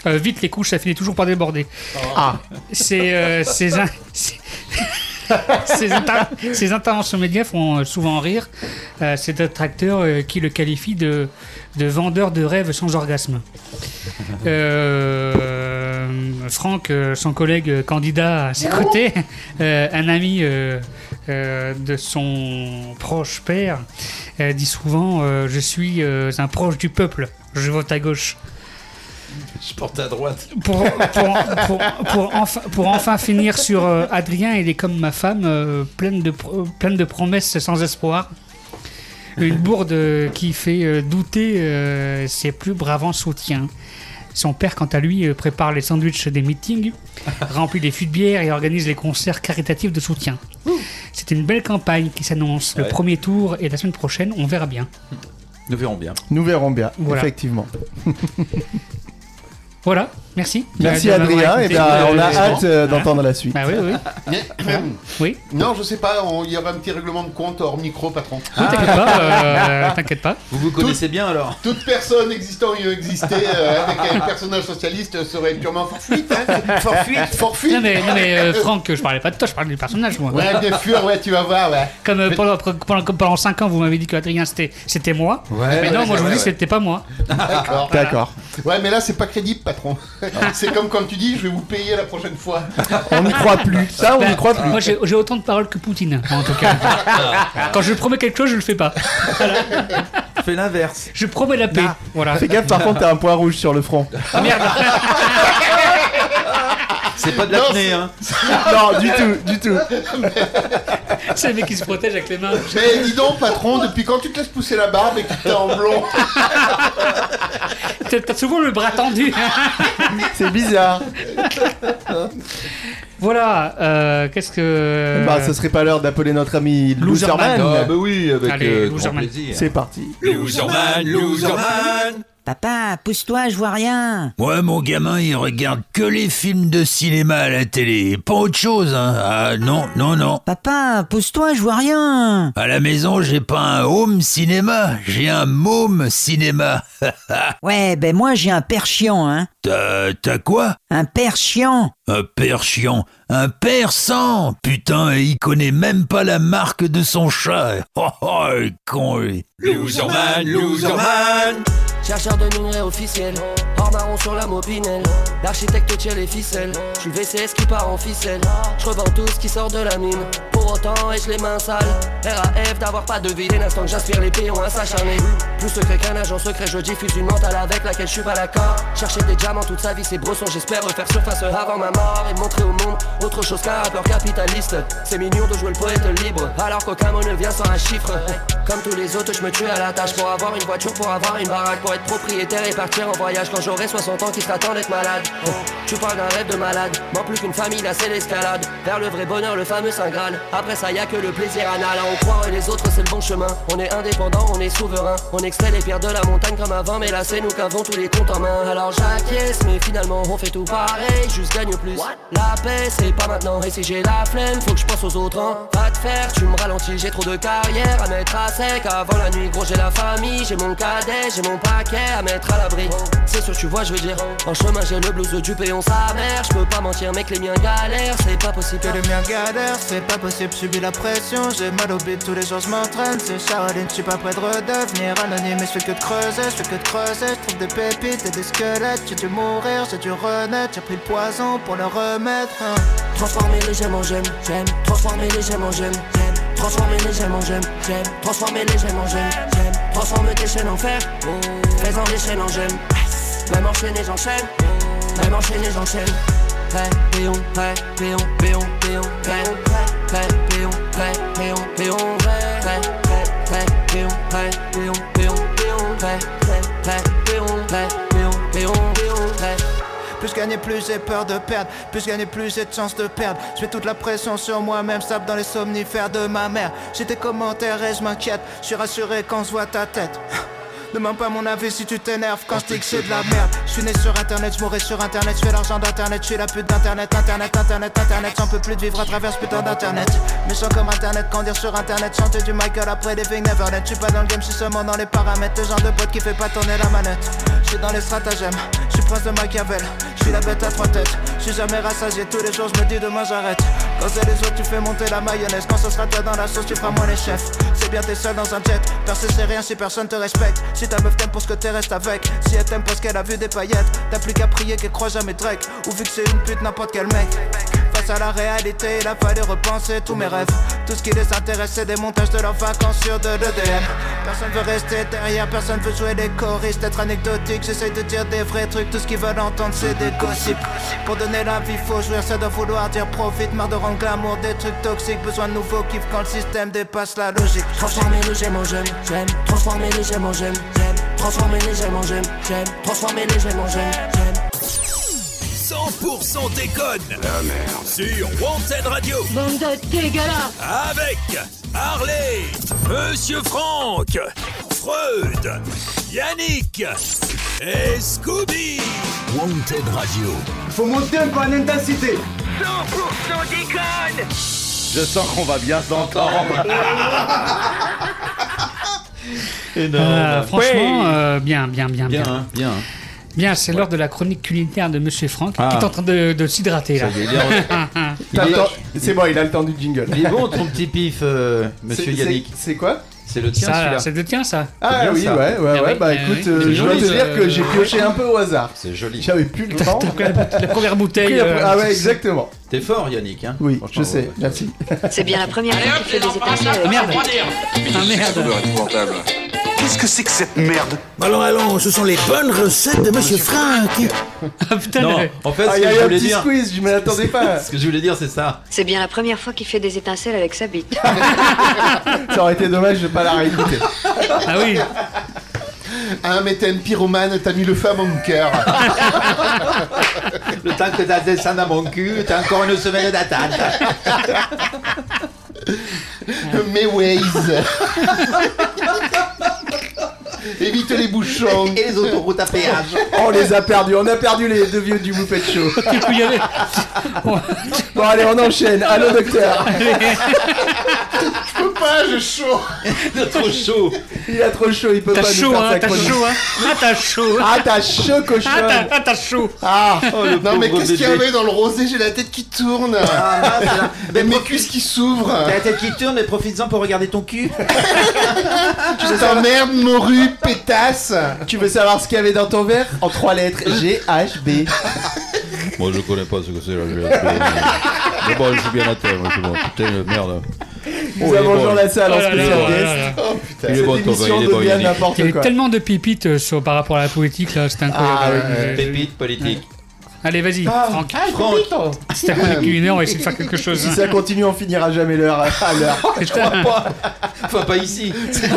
euh, vite les couches, ça finit toujours par déborder.
Ah.
C'est euh, ces in- ces- ces inter- ces interventions médias font euh, souvent rire euh, ces détracteurs euh, qui le qualifient de, de vendeur de rêves sans orgasme. Euh, Franck, euh, son collègue euh, candidat à ses côtés, euh, un ami euh, euh, de son proche père, euh, dit souvent euh, Je suis euh, un proche du peuple, je vote à gauche.
Je porte à droite.
Pour, pour, pour- pour enfin, pour enfin finir sur euh, Adrien, il est comme ma femme, euh, pleine, de pro- pleine de promesses sans espoir. Une bourde euh, qui fait euh, douter euh, ses plus bravants soutiens. Son père, quant à lui, euh, prépare les sandwichs des meetings, remplit les fûts de bière et organise les concerts caritatifs de soutien. C'est une belle campagne qui s'annonce. Le
Ouais.
premier tour et la semaine prochaine, on verra bien.
Nous verrons bien.
Nous verrons bien,
Voilà.
effectivement.
Voilà, merci.
Merci
De m'avoir
Adrien, et
écouté.
ben, on a
Euh,
hâte euh, d'entendre la suite.
Ah oui, oui. Oui.
Non, je sais pas, on- il y aura un petit règlement de compte hors micro, patron.
Ah, T'inquiète pas, euh, t'inquiète pas.
Vous vous connaissez bien alors
Toute personne existant ayant existé euh, avec un personnage socialiste serait purement forfuite. Hein. Forfuite, forfuite.
Non mais, non mais euh, Franck, je parlais pas de toi, je parlais du personnage moi.
Ouais, bien sûr, ouais, tu vas voir, ouais.
Comme euh, pendant, pendant, comme pendant 5 ans, vous m'avez dit que Adrien c'était, c'était moi.
Ouais,
mais
ouais,
non, moi je vous
ouais,
dis que
ouais.
c'était pas moi.
D'accord.
Voilà.
Ouais, mais là, c'est pas crédible, patron. c'est comme quand tu dis, je vais vous payer la prochaine fois.
Ah. On n'y croit plus, ça on
Ben,
n'y croit plus.
Moi j'ai, j'ai autant de paroles que Poutine, en tout cas. Quand je promets quelque chose, je le fais pas.
Fais l'inverse.
Je promets la paix. Voilà. Ah,
Fais gaffe, par contre, t'as un point rouge sur le front.
C'est pas de l'apnée, hein.
Non, du tout, du tout.
C'est le mec qui se protège avec les mains.
Mais dis donc, patron, depuis quand tu te laisses pousser la barbe et que t'es en blond
T'as t'as souvent le bras tendu.
C'est bizarre.
Voilà, euh, qu'est-ce que.
Bah, ce serait pas l'heure d'appeler notre ami
Loserman.
Loserman.
Ah, bah oui, avec, Allez, euh, grand Loserman.
plaisir.
C'est parti.
Loserman,
Loserman.
Papa, pousse-toi, je vois rien.
Ouais, mon gamin, il regarde que les films de cinéma à la télé, pas autre chose, hein. Ah, non, non, non.
Papa, pousse-toi, je vois rien.
À la maison, j'ai pas un home cinéma, j'ai un môme cinéma.
Ouais, ben moi j'ai un père chiant, hein.
T'as t'as quoi
Un père chiant.
Un père chiant, un père sans Putain, et il connaît même pas la marque de son chat. Oh, oh, le con, lui.
Loserman, loserman.
Chercheur de minerais officiel, hors daron sur la mobinelle. L'architecte tient les ficelles, je suis le VCS qui part en ficelle. Je revends tout ce qui sort de la mine, pour autant ai-je les mains sales. RAF d'avoir pas deviné l'instant que j'aspire les pions à s'acharner. Plus secret qu'un agent secret, je diffuse une mentale avec laquelle je suis pas d'accord. Chercher des diamants toute sa vie, c'est brosson, j'espère refaire surface avant ma mort et montrer au monde autre chose qu'un rappeur capitaliste. C'est mignon de jouer le poète libre, alors qu'aucun mot ne vient sans un chiffre. Comme tous les autres, je me tue à la tâche pour avoir une voiture, pour avoir une baraque, pour être propriétaire et partir en voyage quand j'aurai 60 ans qui s'attend d'être malade. Oh, tu parles d'un rêve de malade, manque plus qu'une famille, là c'est l'escalade. Vers le vrai bonheur, le fameux Saint Graal. Après ça, y a que le plaisir anal. À en croire et les autres, c'est le bon chemin. On est indépendant, on est souverain. On excelle les pierres de la montagne comme avant, mais là c'est nous qu'avons tous les comptes en main. Alors j'acquiesce, mais finalement on fait tout pareil, juste gagne plus. La paix, c'est pas maintenant. Et si j'ai la flemme, faut que je pense aux autres. hein. Va te faire, tu me ralentis, j'ai trop de carrière à mettre à sec. Avant la nuit, gros, j'ai la famille, j'ai mon cadet, j'ai mon paquet à mettre à l'abri. C'est sûr, tu vois, je veux dire. En chemin, j'ai le blues du péon, sa mère. Je peux pas mentir, mec, les miens galèrent, c'est pas possible.
Que le mien galère, c'est pas possible, subis la pression. J'ai mal au bide, tous les jours je m'entraîne. C'est Shaolin, je suis pas prêt de redevenir anonyme. Mais je fais que de creuser, je fais que de creuser. Je trouve des pépites et des squelettes. J'ai dû mourir, j'ai dû renaître. J'ai pris le poison pour le remettre. hein.
Transformer les gemmes en gemmes, j'aime. Transformer les gemmes en gemmes, j'aime. Transformer les gemmes en gemmes, j'aime. Transformer les gemmes en gemmes, j'aime. Transformer tes chaînes en fer, oh. Fais-en des chaînes en gemmes. Même enchaîner, j'enchaîne. Même enchaîner, j'enchaîne. Prêt, péon, prêt, péon, péon, péon, prêt. Prêt, péon, prêt, péon, péon, prêt. Prêt, prêt, prêt, péon, prêt, péon, péon, péon, prêt. Prêt, prêt, péon, prêt, péon, péon, péon, prêt.
Plus gagner, plus j'ai peur de perdre. Plus gagner, plus j'ai de chance de perdre. Je fais toute la pression sur moi-même, sable dans les somnifères de ma mère. J'ai des commentaires et je m'inquiète. Je suis rassuré quand je vois ta tête. Demande pas mon avis si tu t'énerves quand je dis que c'est de la merde. Je suis né sur internet, je mourrai sur internet, je fais l'argent d'internet, je suis la pute d'internet, internet, internet, internet, j'en peux plus de vivre à travers ce putain d'internet. Méchant comme internet, grandir sur internet, chanter du Michael après Living Neverland. Je suis pas dans le game, je suis seulement dans les paramètres. Le genre de pote qui fait pas tourner la manette. Je suis dans les stratagèmes, je suis prince de Machiavel, je suis la bête à trois têtes. Je suis jamais rassasié, tous les jours je me dis demain j'arrête. Quand c'est les autres, tu fais monter la mayonnaise. Quand ce sera toi dans la sauce, tu feras moins les chefs. C'est bien t'es seul dans un jet. Percer c'est rien si personne te respecte. Si ta meuf t'aime pour ce que t'es reste avec. Si elle t'aime parce qu'elle a vu des paillettes, t'as plus qu'à prier qu'elle croit jamais Drake. Ou vu que c'est une pute, n'importe quel mec. Face à la réalité, il a fallu repenser tous mes rêves. Tout ce qui les intéresse, c'est des montages de leurs vacances sur de l'EDM. Personne veut rester derrière, personne veut jouer les choristes, être anecdotique. J'essaye de dire des vrais trucs, tout ce qu'ils veulent entendre, c'est des gossips. Pour donner la vie, faut jouer, ça doit vouloir dire profit. Marre de rendre glamour des trucs toxiques, besoin de nouveaux kiffs quand le système dépasse la logique.
Transformer les gemmes en gemmes, j'aime. Transformer les gemmes en gemmes, j'aime. Transformer les gemmes en gemmes, j'aime. Transformer les gemmes en gemmes, j'aime.
100% déconne.
Ah,
La merde. Sur Wanted Radio.
Bande de dégueulasse
Avec Harley, Monsieur Franck, Freud, Yannick et Scooby.
Wanted Radio.
Faut monter un peu en intensité.
100% déconne Je sens qu'on va bien s'entendre.
Euh, franchement, euh, bien, bien, bien, bien.
Bien, hein, bien. hein.
Bien, c'est l'heure de la chronique culinaire de Monsieur Franck,
Ah.
qui est en train de, de s'hydrater là. Ah,
Ça y est, il est
Hein.
en- T'as le temps- C'est bon, il a le temps du jingle.
Il est bon ton petit pif, euh, monsieur
C'est- c'est-
Yannick.
C'est quoi
C'est le tien,
Ça,
celui-là.
c'est le tien, ça
Ah
C'est bien,
oui,
ça.
ouais, ouais,
Ah
ouais.
oui,
Bah
ah
écoute,
oui.
euh,
C'est
je dois
joli,
te
ce-
dire que j'ai pioché un peu au hasard.
C'est joli.
J'avais plus le temps.
La première bouteille.
Pris la-
euh,
Ah ouais, exactement.
T'es fort, Yannick. Hein
Oui, je sais, merci.
C'est bien la première fois qu'il fait des états
Ah merde Ah merde
épouvantable.
Qu'est-ce que c'est que cette merde
Allons, allons, ce sont les bonnes recettes de Monsieur Franck.
Ah putain,
Non,
mais-
en fait,
Ah,
ce
il y
que
a eu
je
un
voulais
petit
dire.
squeeze, je m'y attendais pas.
ce que je voulais dire, c'est ça.
C'est bien la première fois qu'il fait des étincelles avec sa bite.
Ah,
Ça aurait été dommage de pas la réécouter.
Ah oui
Ah, mais t'es une pyromane, t'as mis le feu à mon cœur.
Le temps que t'as descendu à mon cul, t'as encore une semaine d'attente.
Mes ways. Évite les bouchons.
Et les autoroutes à péage.
Oh, On les a perdus, on a perdu les deux vieux du Muppet Show. bon, allez, on enchaîne. Allô, docteur.
Je peux pas, j'ai chaud.
Il a trop chaud.
Il a trop chaud, il peut
T'as
pas
chaud,
nous faire
hein,
sa
t'as
chronique.
chaud, hein. Ah, t'as chaud.
Ah, t'as chaud, cochon.
Ah, t'as- ah, t'as chaud.
Ah,
Oh,
non mais qu'est-ce qu'il y avait
avait
dans le rosé J'ai la tête qui tourne.
Ah, mince, là.
Et mes cuisses qui s'ouvrent.
T'as la tête qui tourne, mais profites-en pour regarder ton cul.
Je t'emmerde, morue, pétasse.
Tu veux savoir ce qu'il y avait dans ton verre En trois lettres, G-H-B.
Moi, je connais pas ce que c'est la GHB. Mais bon, je suis bien à terre, moi, c'est bon. Putain, de merde.
Nous
Oh, il est
avons
bon.
Jean
Ah,
Lassalle en
Oh là là,
spécial
oh là
guest.
là là.
Oh, putain.
Il est
Cette
bon, ton
émission
vin, il est bon,
devient
Yannick.
n'importe
Il y a eu
quoi.
tellement de pépites euh, sur- par rapport à la politique, là, c'était incroyable. Euh,
Ah, ouais.
J'ai-
Pépite politique.
Allez, vas-y, Franck. Franck. C'était avec une heure, on va essayer de faire quelque chose.
Ah,
hein.
Si ça continue, on finira jamais l'heure hein, à l'heure.
Je crois pas.
Enfin, pas ici.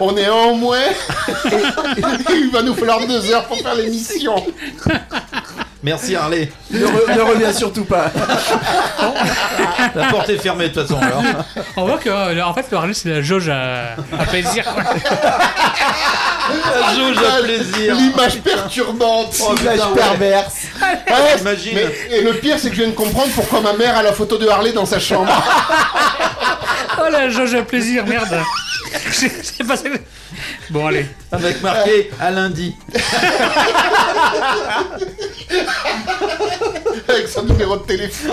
On est en moins. Il va nous falloir deux heures pour faire l'émission.
Merci, Harley.
Ne, re- ne reviens surtout pas.
La porte est fermée, de toute façon, alors.
On voit que, euh, en fait, le Harley, c'est la jauge à, à plaisir.
La jauge à plaisir.
L'image perturbante.
Oh, putain,
L'image
ouais.
perverse. Ouais,
Imagine.
mais- et le pire, c'est que je viens de comprendre pourquoi ma mère a la photo de Harley dans sa chambre.
Oh la jauge à plaisir, merde. C'est c'est passé. Bon, allez.
Avec marqué à lundi.
Avec son numéro de téléphone.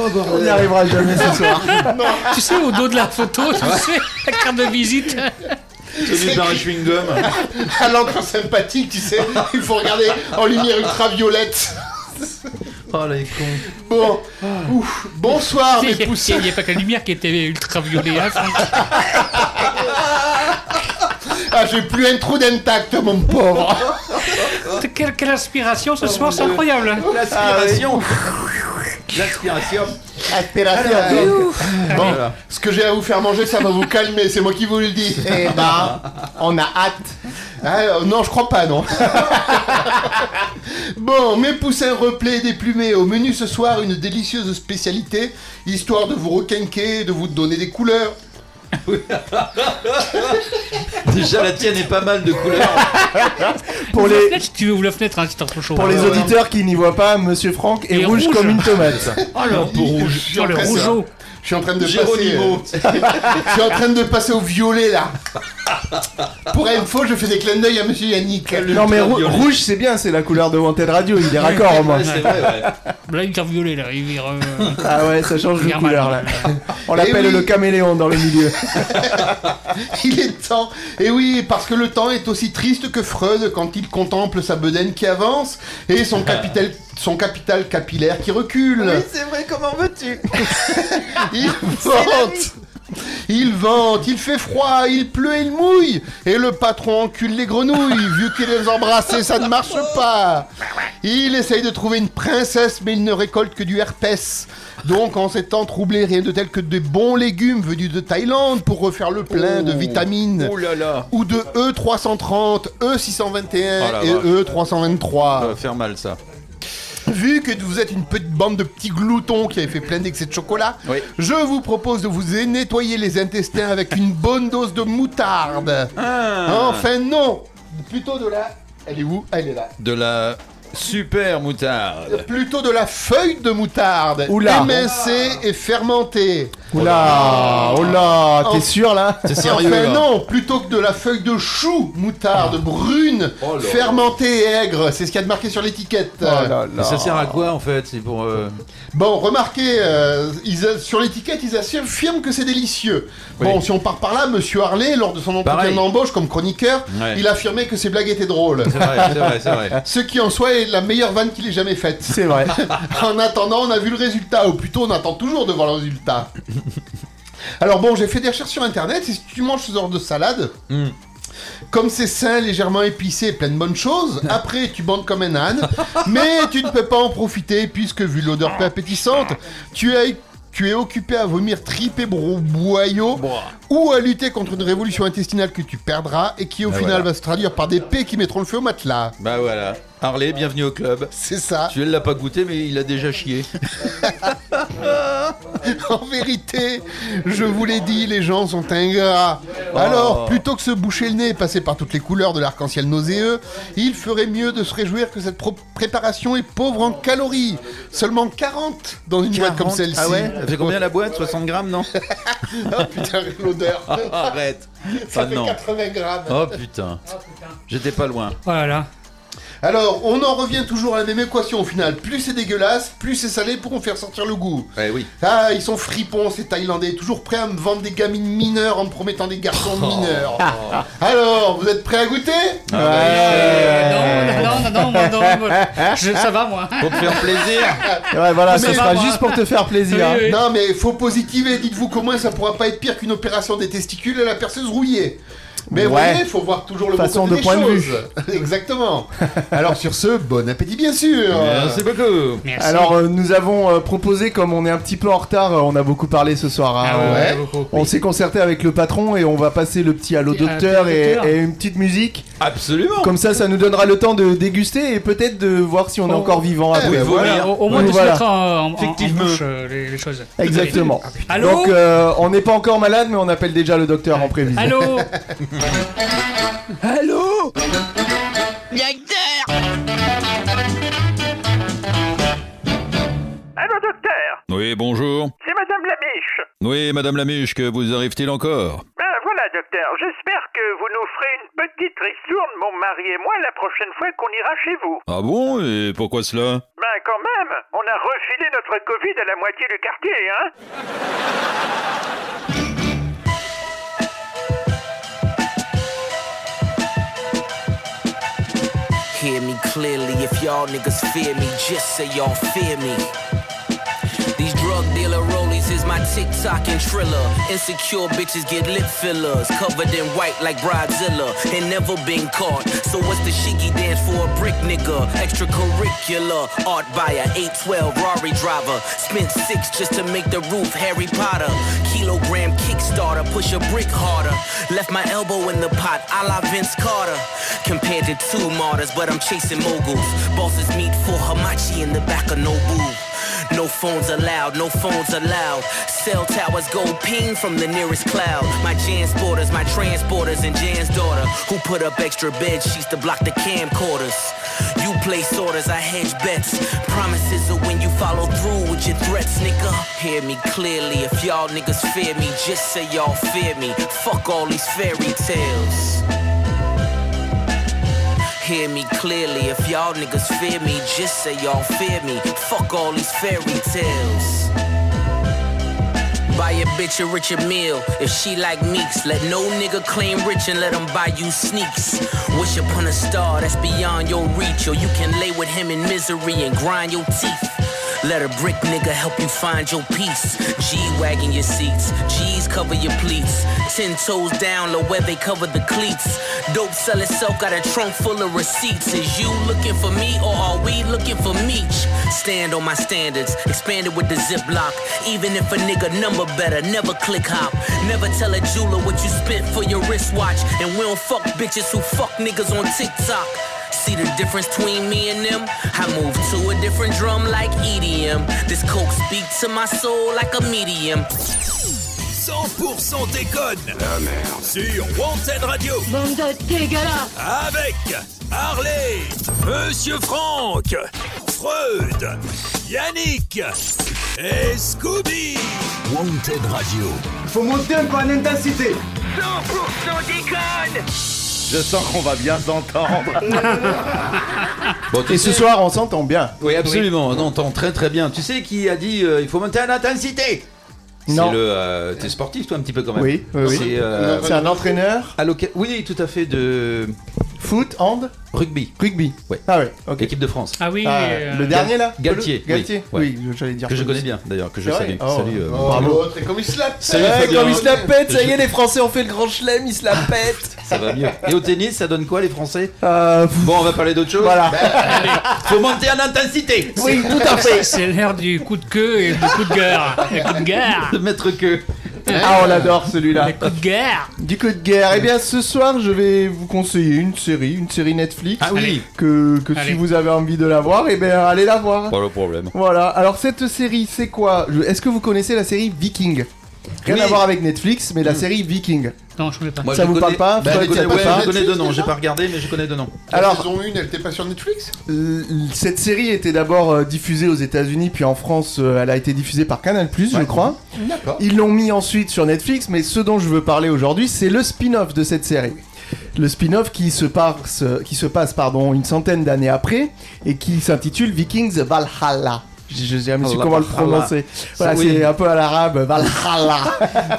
Oh, On n'y arrivera jamais ce soir.
Tu sais, au dos de la photo, tu sais, la carte de visite.
Celui d'un chewing-gum.
À l'encre sympathique, tu sais. Il faut regarder en lumière ultraviolette.
Oh, les cons.
Bon. Ouf. Bonsoir, mes
Il
poussins.
n'y a pas que la lumière qui était ultraviolet. Hein, Franck.
Ah, j'ai plus un trou d'intact, mon pauvre.
quelle, quelle inspiration ce soir, c'est incroyable. hein.
L'aspiration. L'aspiration.
Ah Aspiration.
Alors, euh,
Bon,
Voilà.
ce que j'ai à vous faire manger, ça va vous calmer, c'est moi qui vous le dis. Eh ben, on a hâte. Ah, euh, non, je crois pas, non. bon, mes poussins replets et déplumés. Au menu ce soir, une délicieuse spécialité, histoire de vous requinquer, de vous donner des couleurs.
Déjà, la tienne est pas mal de
Eh,
couleurs.
Pour
Ouvre la
les-
fenêtre, si tu ouvres la fenêtre, hein, si t'es trop chaud.
Pour les auditeurs qui n'y voient pas, Monsieur Franck est
Et
rouge,
rouge.
comme une tomate.
Oh le rouge.
suis en
le
train de-
rougeau.
Je suis en train de passer.
Géronimo.
euh, je suis en train de passer au violet là. Pour info, je fais des clins d'œil à Monsieur Yannick.
Non mais rou- rouge c'est bien, c'est la couleur de Wanted Radio, il est raccord au moins.
Ouais, c'est vrai, ouais.
Là, ultraviolet, là. Il vire, euh,
Ah ouais, ça change de
Regarde,
couleur là.
madame.
On
Eh
l'appelle
oui.
le caméléon dans le milieu.
Il est temps. Et oui, parce que le temps est aussi triste que Freud quand il contemple sa bedaine qui avance et son capital, son capital capillaire qui recule.
Ah
c'est vrai, comment veux-tu
Il vente. Il vente, il fait froid, il pleut, il mouille. Et le patron encule les grenouilles. Vu qu'il les embrassait, ça ne marche pas. Il essaye de trouver une princesse, mais il ne récolte que du herpès. Donc, en ces temps troublés, rien de tel que des bons légumes venus de Thaïlande pour refaire le plein de vitamines.
Oh là là.
Ou de E E330,
Oh la
E621
vache.
et E E323.
Ça va faire mal, ça.
Vu que vous êtes une petite bande de petits gloutons qui avez fait plein d'excès de chocolat,
Oui.
je vous propose de vous nettoyer les intestins avec une bonne dose de moutarde.
Ah.
Enfin non, plutôt de la... Elle est où Elle est là.
De la super moutarde.
Plutôt de la feuille de moutarde,
Oula.
émincée et fermentée.
Oula, oula, t'es
En-
sûr là
C'est sérieux,
Enfin
là.
non, plutôt que de la feuille de chou moutarde brune,
Oh là.
fermentée et aigre, c'est ce qu'il y a de marqué sur l'étiquette.
Oh
Mais ça sert à quoi, en fait C'est pour... euh,
Bon, remarquez, euh, ils a- sur l'étiquette, ils affirment que c'est délicieux. Bon, si on part par là, Monsieur Harley, lors de son entretien
Pareil.
d'embauche comme chroniqueur,
Ouais.
il affirmait que ses blagues étaient drôles.
C'est vrai, c'est vrai, c'est vrai.
Ce qui en soi est la meilleure vanne qu'il ait jamais faite.
C'est vrai.
en attendant, on a vu le résultat, ou plutôt on attend toujours de voir le résultat. Alors bon, j'ai fait des recherches sur internet, et si tu manges ce genre de salade,
Hmm.
comme c'est sain, légèrement épicé, plein de bonnes choses, après tu bandes comme un âne, mais tu ne peux pas en profiter puisque vu l'odeur peu appétissante, tu es tu es occupé à vomir triper boyau ou à lutter contre une révolution intestinale que tu perdras et qui au
Ben
final
voilà.
va se traduire par des paix qui mettront le feu au matelas.
Bah voilà. Harley, bienvenue au club.
C'est ça.
Tu ne l'as pas goûté, mais il a déjà chié.
Ah. en vérité, je vous l'ai dit, les gens sont ingrats.
Oh.
Alors, plutôt que se boucher le nez et passer par toutes les couleurs de l'arc-en-ciel nauséeux, il ferait mieux de se réjouir que cette pro- préparation est pauvre en calories. Seulement 40 dans une boîte comme
40?
celle-ci.
Ah ouais Elle fait combien la boîte 60 grammes, non
Ah putain, l'odeur.
Arrête.
Ça
Ah,
fait
non.
80 grammes.
Oh putain.
Ah,
J'étais pas loin.
Voilà.
Alors, on en revient toujours à la même équation au final. Plus c'est dégueulasse, plus c'est salé pour en faire sortir le goût.
Eh oui.
Ah, ils sont fripons, ces Thaïlandais, toujours prêts à me vendre des gamines mineures en me promettant des garçons
Oh.
mineurs.
Ah.
Alors, vous êtes prêts à goûter
bah, Non, non, non, moi, non, moi, je- ça va, moi. Pour te faire plaisir.
Ouais, voilà, ce
Mais-
sera juste pour te faire plaisir. hein.
Non, mais faut positiver, dites-vous qu'au moins ça pourra pas être pire qu'une opération des testicules à la perceuse rouillée. Mais
Ouais.
voyez, faut voir toujours le bon
Façon
côté
de
des
point de
choses.
vue.
Exactement. Alors sur ce, bon appétit bien sûr.
Merci beaucoup.
Alors euh, nous avons euh, proposé, comme on est un petit peu en retard, euh, on a beaucoup parlé ce soir. hein,
Ah ouais,
euh,
beaucoup.
on s'est concerté avec le patron et on va passer le petit halo
Petit halo
docteur et,
docteur.
et une petite musique.
Absolument.
Comme ça, ça nous donnera le temps de déguster et peut-être de voir si on est encore
Ah
vivant.
Eh
après.
ben, voilà. Au, au moins,
Donc,
de se
voilà.
mettre en, en, en-
Effectivement.
en bouche, euh, les, les choses.
Exactement.
Allô
Donc euh, on n'est pas encore malade, mais on appelle déjà le docteur en prévision.
Allô
Allô
Allô, docteur
Oui, bonjour.
C'est Madame Lamiche.
Oui, Madame Lamiche, que vous arrive-t-il encore
Ben voilà, docteur, j'espère que vous nous ferez une petite ristourne, mon mari et moi, la prochaine fois qu'on ira chez vous.
Ah bon Et pourquoi cela
Ben quand même, on a refilé notre Covid à la moitié du quartier, hein
Hear me clearly if y'all niggas fear me, just say y'all fear me. These drug dealer rollies is my TikTok and Triller. Insecure bitches get lip fillers, covered in white like Bridezilla, and never been caught. So what's the shiki dance for a brick nigga? Extracurricular art buyer, 812 Rari driver. Spent six just to make the roof Harry Potter. Kilogram Kickstarter, push a brick harder. Left my elbow in the pot, a la Vince Carter. Compared to two martyrs, but I'm chasing moguls. Bosses meet for Hamachi in the back of Nobu. No phones allowed, no phones allowed. Cell towers go ping from the nearest cloud. My Jansporters, my transporters, and Jan's daughter, who put up extra bed sheets to block the camcorders. You place orders, I hedge bets. Promises are when you follow through with your threats, nigga. Hear me clearly, if y'all niggas fear me, just say y'all fear me. Fuck all these fairy tales. Hear me clearly, if y'all niggas fear me, just say y'all fear me. Fuck all these fairy tales. Buy a bitch a richer meal if she like meeks. Let no nigga claim rich and let him buy you sneaks. Wish upon a star that's beyond your reach, or you can lay with him in misery and grind your teeth. Let a brick nigga help you find your peace. G wagging your seats, G's cover your pleats. Ten toes down, low where they cover the cleats. Dope sell itself, got a trunk full of receipts. Is you looking for me or are we looking for meech? Stand on my standards, expanded with the ziplock. Even if a nigga number better, never click hop. Never tell a jeweler what you spent for your wristwatch. And we don't fuck bitches who fuck niggas on TikTok. See the difference between me and them? I move to a different drum like EDM. This coke speak to my soul like a medium.
100% déconne. La Ah, merde. Sur Wanted Radio.
Bande de dégueulasse
Avec Harley, Monsieur Franck, Freud, Yannick et Scooby. Wanted Radio.
Faut monter un peu en intensité.
100% déconne.
Je sens qu'on va bien s'entendre.
et ce soir, on s'entend bien.
Oui, absolument. On entend très très bien. Tu sais qui a dit euh, il faut monter en intensité
Non.
C'est le. euh, T'es sportif toi un petit peu quand même.
Oui, oui, oui.
C'est euh,
C'est un entraîneur.
alloca- Oui, tout à fait de.
Foot, hand
Rugby.
Rugby.
Ouais.
Ah ouais, ok.
Équipe de France.
Ah oui, euh,
Le dernier là
Galtier.
Galtier.
oui,
Oui,
ouais.
j'allais dire.
Que je
Foot.
connais bien d'ailleurs, que je
C'est
salue.
vrai Oh.
Salut, euh,
Oh,
bravo.
l'autre, et comme il se la pète
Salut,
Ouais,
Fabien.
Comme il se la pète, ça y
hein. Je-
est, les Français ont fait le grand chelem, ils se la pètent
Ça va mieux. Et au tennis, ça donne quoi les Français
Bon,
on va parler d'autre chose.
Euh,
Ben,
Voilà.
Allez, faut monter en intensité.
C'est l'heure du coup de queue et du coup de guerre. Le coup de guerre.
Le maître queue.
Ah, on l'adore celui-là.
coup de guerre.
Du coup de guerre. Eh bien, ce soir, je vais vous conseiller une série, une série Netflix.
Ah oui. Allez.
Que, que
Allez.
si vous avez envie de la voir, eh bien, allez la voir.
Pas le problème.
Voilà. Alors, cette série, c'est quoi Je- Est-ce que vous connaissez la série Viking Rien
Oui.
à voir avec Netflix, mais la série Viking.
Non, je ne pas.
Moi,
ça
je
vous
connais-
parle pas
bah,
Toi,
je
tu
connais,
as pas Ah.
ouais,
ça
je connais deux noms, j'ai pas regardé, mais je connais deux noms.
Alors,
Alors-
saison 1, elle n'était pas sur Netflix
L- Cette série était d'abord euh, diffusée aux États-Unis, puis en France, euh, elle a été diffusée par Canal+, je crois.
D'accord.
Ils l'ont mis ensuite sur Netflix, mais ce dont je veux parler aujourd'hui, c'est le spin-off de cette série. Le spin-off qui se passe, euh, qui se passe pardon, une centaine d'années après et qui s'intitule Vikings Valhalla. Je je sais jamais su
Allah,
comment le
Valhalla.
prononcer. Voilà,
Oui.
c'est un peu à l'arabe, Valhalla.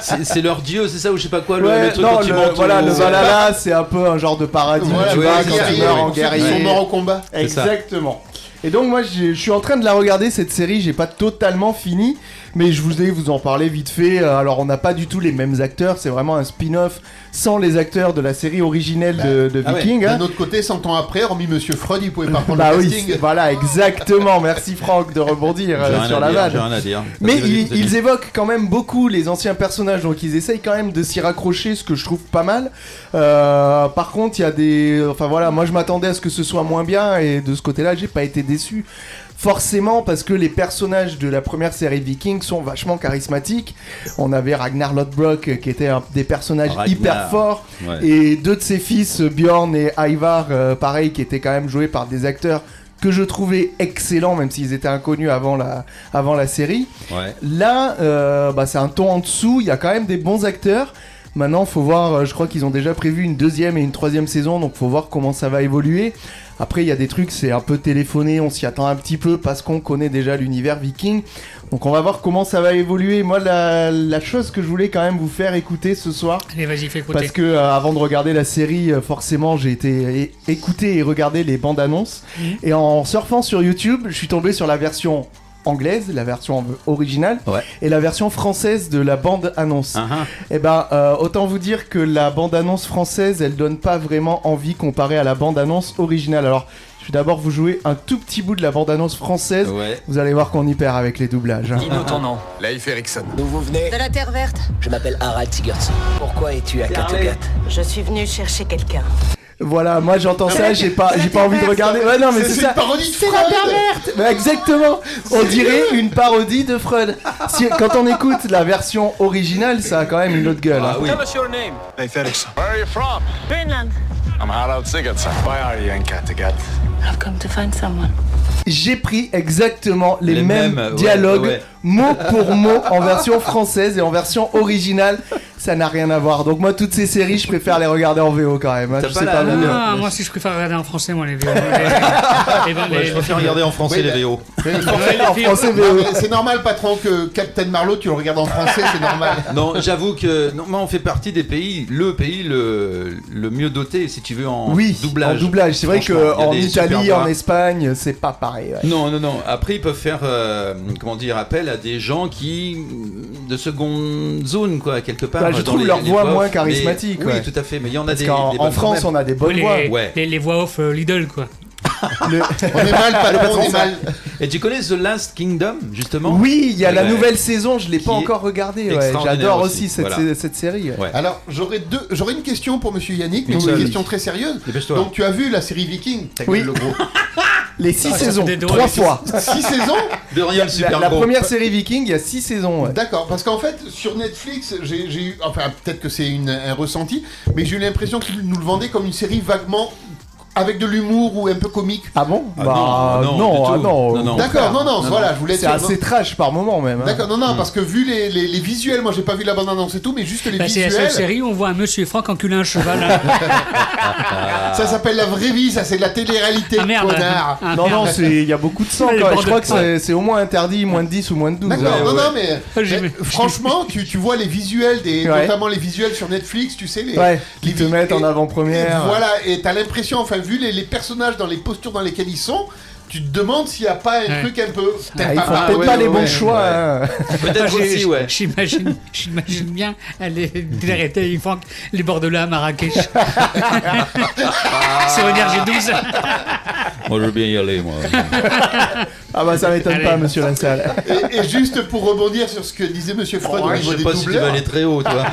C'est c'est leur dieu, c'est ça ou je sais pas quoi, le,
Ouais,
le truc
non,
dont tu
le-
montes
voilà,
euh,
au-
le Valhalla, c'est un peu un genre de paradis.
Voilà,
tu
oui,
vois,
oui,
quand
oui,
tu
oui,
meurs en
oui. Ceux qui
guerrier.
sont morts au combat. C'est ça.
Exactement. Et donc moi j'ai- je suis en train de la regarder cette série, j'ai pas totalement fini, mais je vous ai vous en parler vite fait. Euh, Alors on n'a pas du tout les mêmes acteurs, c'est vraiment un spin-off sans les acteurs de la série originelle de, de
Ah ouais.
Viking. hein.
D'un autre côté, 100 ans après, hormis Monsieur Freud, il pouvait pas prendre
Bah
le
oui,
casting.
c'est- voilà exactement. Merci Franck de rebondir euh,
J'ai rien
sur
à
la
dire,
vanne.
j'ai rien à dire.
Mais
Vas-y, vas-y,
ils,
vas-y.
ils évoquent quand même beaucoup les anciens personnages, donc ils essayent quand même de s'y raccrocher, ce que je trouve pas mal. Euh, par contre, il y a des. Enfin voilà, moi je m'attendais à ce que ce soit moins bien, et de ce côté-là, j'ai pas été déçu. Forcément, parce que les personnages de la première série Viking sont vachement charismatiques. On avait Ragnar Lodbrok, euh, qui était un des personnages
Ragnar.
hyper forts,
Ouais.
et deux de ses fils, euh, Bjorn et Ivar, euh, pareil, qui étaient quand même joués par des acteurs que je trouvais excellents, même s'ils étaient inconnus avant la, avant la série.
Ouais.
Là, euh, bah, c'est un ton en dessous. Il y a quand même des bons acteurs. Maintenant, faut voir. euh, je crois qu'ils ont déjà prévu une deuxième et une troisième saison, donc faut voir comment ça va évoluer. Après, il y a des trucs, c'est un peu téléphoné. On s'y attend un petit peu parce qu'on connaît déjà l'univers Viking. Donc, on va voir comment ça va évoluer. Moi, la, la chose que je voulais quand même vous faire écouter ce soir,
Allez, vas-y, fais écouter.
parce que euh, avant de regarder la série, euh, forcément, j'ai été é- écouter et regarder les bandes annonces.
Mhm.
Et en surfant sur YouTube, je suis tombé sur la version anglaise, la version originale, et la version française de la bande annonce.
Ah,
Et ben, euh, autant vous dire que la bande annonce française, elle donne pas vraiment envie comparée à la bande annonce originale. Alors. Je vais d'abord vous jouer un tout petit bout de la bande-annonce française. Vous allez voir qu'on y perd avec les doublages. hein.
Dis-nous ton nom. Leif Erikson. D'où vous venez
De la Terre Verte
Je m'appelle Harald Sigurdsson. Pourquoi es-tu à Kattegat
Je suis venu chercher quelqu'un.
Voilà, moi j'entends ça, j'ai pas, j'ai pas envie de regarder. Ouais, non, mais
C'est-
c'est
c'est
ça.
une parodie de
C'est
Freud.
la perverte. Bah, exactement. On dirait une parodie de Freud. Si- quand on écoute la version originale, ça a quand même une autre gueule.
Ah
Ah
hein.
us your name. Leif Eriksson. Where are you from? Finland. I'm Harald Sigurdsson. Why are you in Kattegat?
I've come to find someone.
J'ai pris exactement les,
Les
mêmes,
mêmes, ouais,
dialogues,
ouais.
mot pour mot, en version française et en version originale. Ça n'a rien à voir. Donc moi, toutes ces séries, je préfère les regarder en VO quand même. hein. Je sais pas vous dire.
Ah, moi, si je préfère regarder en français, moi, les vieux. Les- les- les-
Je préfère regarder en français
Oui, ben,
les
mais-
VO.
En français, mais- Non, mais C'est normal, patron, que Captain Marlowe, tu le regardes en français, c'est normal.
Non, j'avoue que non, moi on fait partie des pays, le pays le, le mieux doté, si tu veux, en
Oui,
doublage.
en doublage. C'est vrai
Franchement, il y a
qu'en
des
Italie,
super
en
bras.
Espagne, c'est pas pareil. ouais.
Non, non, non. Après, ils peuvent faire, euh, comment dire, appel à des gens qui mm, de seconde zone, quoi, quelque part.
Bah, je
dans
trouve
les-
leur
les
voix
voix,
moins
mais-
charismatique, ouais.
Oui, tout à fait. Mais il y en a
Parce
des.
qu'en-
des
en
bonnes
France,
quand même.
on a des bonnes
les-
voix.
Ouais.
les- les voix off euh, Lidl, quoi.
On est mal,
Le
patron, on
patron,
est
ça.
mal.
Et tu connais The Last Kingdom, justement
Oui, il y a la
Ouais.
nouvelle saison, je l'ai pas
Qui est
encore regardée. ouais.
extraordinaire
J'adore
aussi,
aussi, cette,
voilà.
cette série. ouais.
Alors, j'aurais deux, j'aurais une question pour Monsieur Yannick, mais
Une
une
seule.
question très sérieuse.
Dépêche-toi.
Donc, tu as vu la série Viking ta gueule,
Oui.
le gros.
Les 6
Ah, ça
saisons,
fait des
trois
drôles.
fois.
Six saisons
De rien, le
La,
super
la
gros.
première série Viking, il y a 6 saisons. ouais.
D'accord, parce qu'en fait, sur Netflix, j'ai j'ai eu. Enfin, peut-être que c'est une- un ressenti, mais j'ai eu l'impression qu'ils nous le vendaient comme une série vaguement avec de l'humour ou un peu comique
Ah bon
Ah
Bah
non, non,
non,
du
ah
tout.
non.
Non, non. D'accord, non, non, Mm. voilà, je voulais
C'est
dire-
assez trash par moment même. hein.
D'accord, non, non, parce que vu les, les, les visuels, moi j'ai pas vu la bande-annonce et tout, mais juste les
Bah, c'est la
visuels.
seule série où on voit un monsieur Franck enculer un cheval. hein.
Ça s'appelle la vraie vie, ça c'est de la télé-réalité,
Ah, merde.
connard.
Ah,
Non, non, c'est- il y a beaucoup de sang.
Les
quoi.
bandes
Je crois
de-
que c'est- c'est au moins interdit, moins de 10 ou moins de 12.
D'accord,
hein.
non, non, mais, mais franchement, tu, tu vois les visuels, des,
Ouais.
notamment les visuels sur Netflix, tu sais, les,
Ouais, ils te mettent en avant-première.
Voilà, et t'as l'impression, enfin, vu les, les personnages dans les postures dans lesquelles ils sont, tu te demandes s'il n'y a pas un
Ouais.
truc un peu.
Ah, ils font peut-être pas les bons choix. hein.
Enfin, j'ai-
aussi, ouais.
J'imagine, j'imagine bien aller arrêter avec Franck les bordelais à Marrakech. Sur Énergie 12.
Moi, je veux bien y aller, moi.
Ah bah ça m'étonne pas, monsieur Lassalle.
Et, et juste pour rebondir sur ce que disait Monsieur Freud au
ouais,
niveau
hein, je sais
des
pas si tu
doubleurs-
vas aller très haut, toi.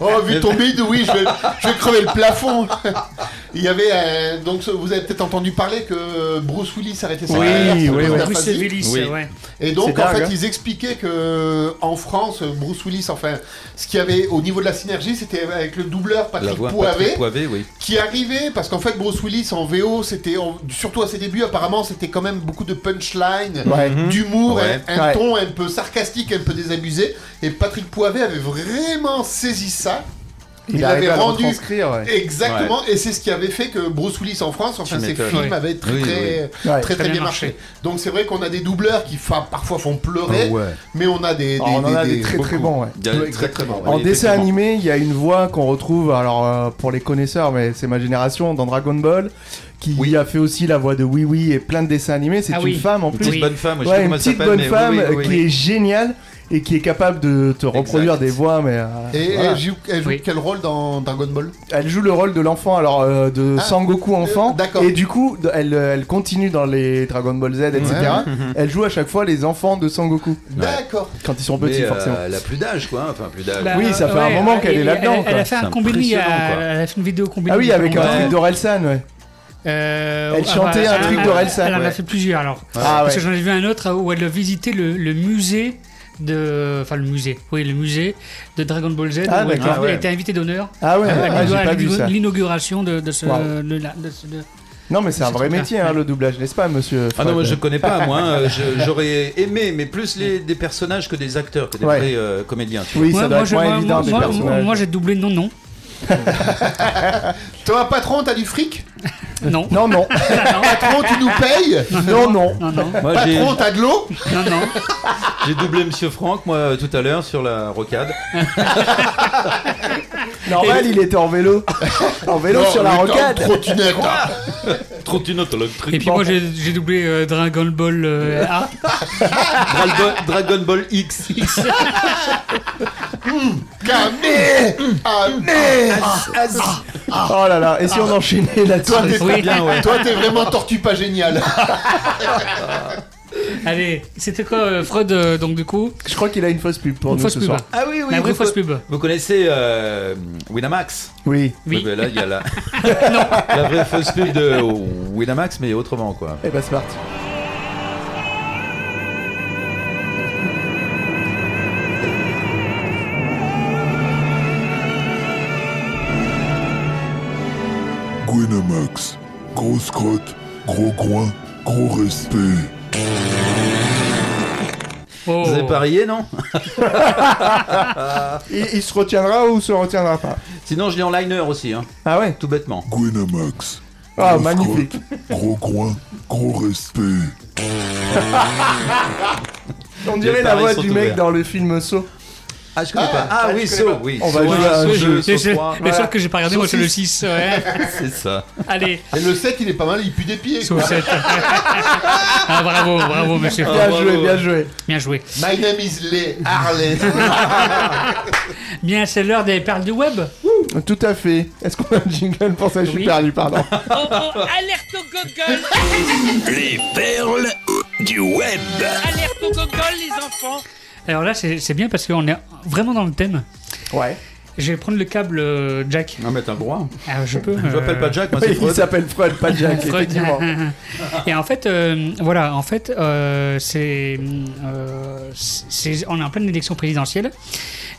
oh, vu ton bide, oui, je vais, je vais crever le plafond. Il y avait euh, donc ce- vous avez peut-être entendu parler que Bruce Willis arrêtait sa
Oui,
carrière.
oui,
sur
oui.
Costa
Bruce
Fasi.
Willis, Oui. ouais.
Et
C'est
donc en
dingue,
fait
hein.
ils expliquaient que en France Bruce Willis, enfin ce qu'il y avait au niveau de la synergie, c'était avec le doubleur
La
Patrick
voix
Poivet
Patrick Poivet, oui.
qui arrivait parce qu'en fait Bruce Willis en VO c'était en- surtout à ses débuts apparemment c'était quand même beaucoup de punchline
Ouais.
d'humour
Mhm. Ouais.
un, un
Ouais.
ton un peu sarcastique un peu désabusé et Patrick Poivet avait vraiment saisi ça
Il arrivait à le retranscrire, ouais.
exactement et c'est ce qui avait fait que Bruce Willis en France enfin
Tu
ses
m'étonnes.
films
Ouais.
avaient très
Oui,
très,
oui.
très,
Ouais.
très bien, marché. donc c'est vrai qu'on a des doubleurs qui fa- parfois font pleurer
Ah ouais.
mais on a des, des-
Ah, on en a des
des-
très, très
beaucoup.
bons, ouais.
Des
Ouais,
très très bons
En
oui,
dessin
effectivement.
animé, il y a une voix qu'on retrouve, alors euh, pour les connaisseurs, mais c'est ma génération, dans Dragon Ball, qui a fait aussi la voix de Oui Oui et plein de dessins animés. C'est
Ah
une
oui.
femme en
Une
plus.
petite bonne femme, je sais
Ouais,
pas
une
comment elle
petite
s'appelle,
bonne
mais oui,
femme
oui, oui,
euh,
oui.
qui est géniale et qui est capable de te reproduire des voix, mais. euh,
et
voilà.
elle joue, elle joue quel rôle dans Dragon Ball
Elle joue le rôle de l'enfant, alors euh,
Ah,
de Sangoku enfant. Et du coup, de- elle, euh, elle continue dans les Dragon Ball Z, etc.
Ouais.
Elle joue à chaque fois les enfants de Sangoku.
D'accord.
Quand ils sont petits,
Mais, euh,
forcément.
Elle a plus d'âge, quoi. hein. Enfin, plus d'âge.
Bah, Oui, ça fait un
ouais,
moment
ouais,
qu'elle est
elle-
là-dedans,
Elle, elle
quoi.
a fait un
C'est
combiné, à-
impressionnant, quoi.
elle a fait une vidéo combiné.
Ah oui, avec un truc d'Orelsan, ouais.
Euh,
Elle
ah
chantait
bah,
un truc
elle-
d'Orelsan,
Elle en a
ouais.
fait plusieurs alors.
Ah
Parce
ouais.
que j'en ai vu un autre où elle visitait le, le musée de. Enfin, le musée. Oui, le musée de Dragon Ball Z.
Ah,
où elle,
d'accord.
elle était invitée d'honneur.
Ah ouais,
Elle
ah,
lui
j'ai
doit-
pas
elle lui
vu
doit
ça.
L'inauguration de, de ce.
Waouh.
de la- de ce- de-
Non, mais c'est un
C'est
vrai
tout ça.
métier, hein, le doublage, n'est-ce pas, monsieur
Ah
Freud
non, moi je connais pas, moi. hein. Je- J'aurais aimé, mais plus les, des personnages que des acteurs, que des
Ouais.
vrais euh, comédiens. tu
Oui,
vois.
ça doit être
je-
moins évident, des
moi-
personnages.
moi, j'ai doublé non, non.
Toi patron t'as du fric
Non.
Non, non.
Ah
patron tu nous payes
Non, non.
Moi, j'ai-
patron t'as de l'eau
Non, non.
J'ai doublé Monsieur Franck, moi, euh, tout à l'heure, sur la rocade.
Normal, il était en vélo. en vélo
Non,
sur la
mais t'es en
rocade.
trottinette. Trottinette, le
Et puis moi, j'ai j'ai doublé euh, Dragon Ball euh, A.
Dragon, Dragon Ball X.
Camé
Ah,
Ah,
Oh là là, et si on enchaînait la
Toi t'es
Oui. Bien, Ah, ouais.
Toi t'es vraiment tortue pas génial.
Ah,
Allez, c'était quoi, euh, Freud, euh, donc du coup
Je crois qu'il a une fausse pub pour
Une
nous
fausse
ce
pub.
soir.
Ah oui,
La vraie
vous,
fausse
co-
pub.
Vous connaissez euh, Winamax
Oui.
Oui.
ben là, il y a la... la vraie fausse pub de Winamax, mais autrement, quoi.
Eh bah c'est parti.
ah.
Guinamax. Grosse crotte, gros groin, gros respect.
Vous avez parié, non
il, il se retiendra ou se retiendra pas
Sinon, je l'ai en liner aussi, hein.
Ah ouais
Tout bêtement.
Guinamax.
Ah,
grosse
magnifique.
crotte, Gros groin, gros respect.
On dirait
Les
la
paris
voix
sont
du mec
ouverts.
dans le film Saut.
Ah, je connais pas. Ah oui,
je
Saw,
connais pas.
oui.
On
Saw,
va jouer
ouais,
à un
Saw,
jeu.
je-
C'est- c'est-
trois.
Le seul que j'ai pas regardé, moi, c'est le
Saucisse.
6. Ouais.
C'est ça.
Allez.
Et le 7 il est pas mal, il pue des pieds. quoi.
Saucette. Ah, bravo, bravo, monsieur.
Bien
Bravo.
joué, bien
joué.
Bien joué.
My name is Lee Harley.
Bien, c'est l'heure des perles du web.
Tout à fait. Est-ce qu'on a un jingle pour ça Je suis perdu, pardon.
alerte au gogol
Les perles euh, du web.
Alerte au gogol, les enfants
Alors là, c'est c'est bien parce qu'on est vraiment dans le thème.
Ouais.
Je vais prendre le câble euh, Jack.
Non, mais t'as le droit.
Ah, je peux.
Je m'appelle pas Jack, moi, c'est Oui, il Freud.
s'appelle Freud, pas Jack,
Freud.
effectivement.
Et en fait, euh, voilà, en fait, euh, c'est, euh, c'est- on est en pleine élection présidentielle